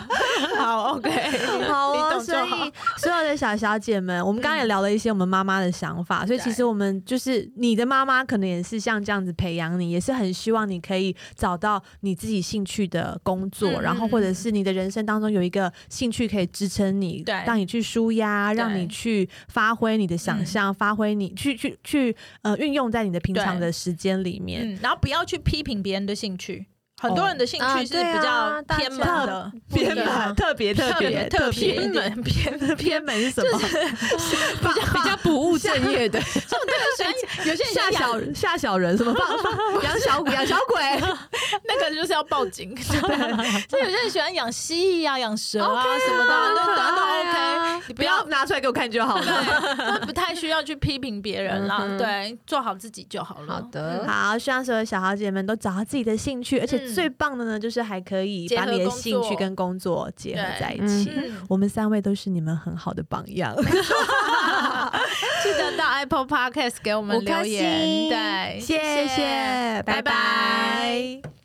Speaker 3: 好，OK，
Speaker 1: 好
Speaker 3: 你
Speaker 1: 啊，
Speaker 3: 懂
Speaker 1: 所
Speaker 3: 就好嗯
Speaker 1: 以所有的小小姐们，我们刚刚也聊了一些我们妈妈的想法，所以其实我们就是你的妈妈，可能也是像这样子培养你，也是很希望你可以找到你自己兴趣的工作，
Speaker 3: 嗯
Speaker 1: 然后或者是你的人生当中有一个兴趣可以支撑你，
Speaker 3: 对
Speaker 1: 让你去舒压，让
Speaker 3: 对嗯
Speaker 1: 你去发挥你的想象，发挥你去去去呃运用在你的平常
Speaker 3: 对
Speaker 1: 的时间里面。
Speaker 3: 嗯， 然后不要去批评别人的兴趣，很多人的兴
Speaker 2: 哦啊
Speaker 3: 趣是
Speaker 2: 对
Speaker 3: 比
Speaker 2: 啊
Speaker 3: 较
Speaker 2: 大
Speaker 3: 偏门
Speaker 1: 家
Speaker 3: 的，
Speaker 1: 偏
Speaker 2: 不一样
Speaker 3: 啊
Speaker 1: 门特别 特别
Speaker 3: 特
Speaker 1: 别
Speaker 3: 别一点偏门。
Speaker 1: 偏门是什么？
Speaker 2: 比较比较不务正业的，
Speaker 3: 就这个喜欢 有些人喜
Speaker 1: 吓
Speaker 3: 欢养
Speaker 1: 小吓小人什么放 放养小鬼养小鬼，
Speaker 3: 那个就是要报 警，就有些人喜欢养蜥蜴啊、养蛇啊什么的，都都都 OK，你
Speaker 1: 啊不
Speaker 3: 不
Speaker 1: 要
Speaker 3: 要。
Speaker 1: 拿出来给我看就好了。
Speaker 3: 对，啊不太需要去批评别人啦
Speaker 2: 嗯哼，
Speaker 3: 对，做好自己就好了。
Speaker 2: 好的
Speaker 1: 好，希望所有小豪姐们都找到自己的兴趣，而且
Speaker 3: 嗯
Speaker 1: 最棒的呢，就是还可以
Speaker 3: 结
Speaker 1: 把
Speaker 3: 合
Speaker 1: 你的
Speaker 3: 工
Speaker 1: 兴趣
Speaker 3: 作
Speaker 1: 跟工作结合
Speaker 3: 对
Speaker 1: 在一
Speaker 2: 嗯
Speaker 1: 起。
Speaker 3: 嗯，
Speaker 1: 我们三位都是你们很好的榜 样。
Speaker 3: 记得到 Apple Podcast 给我们
Speaker 2: 五颗
Speaker 3: 留言，
Speaker 2: 星
Speaker 3: 对，
Speaker 1: 谢谢，拜
Speaker 3: 拜
Speaker 1: 拜
Speaker 3: 拜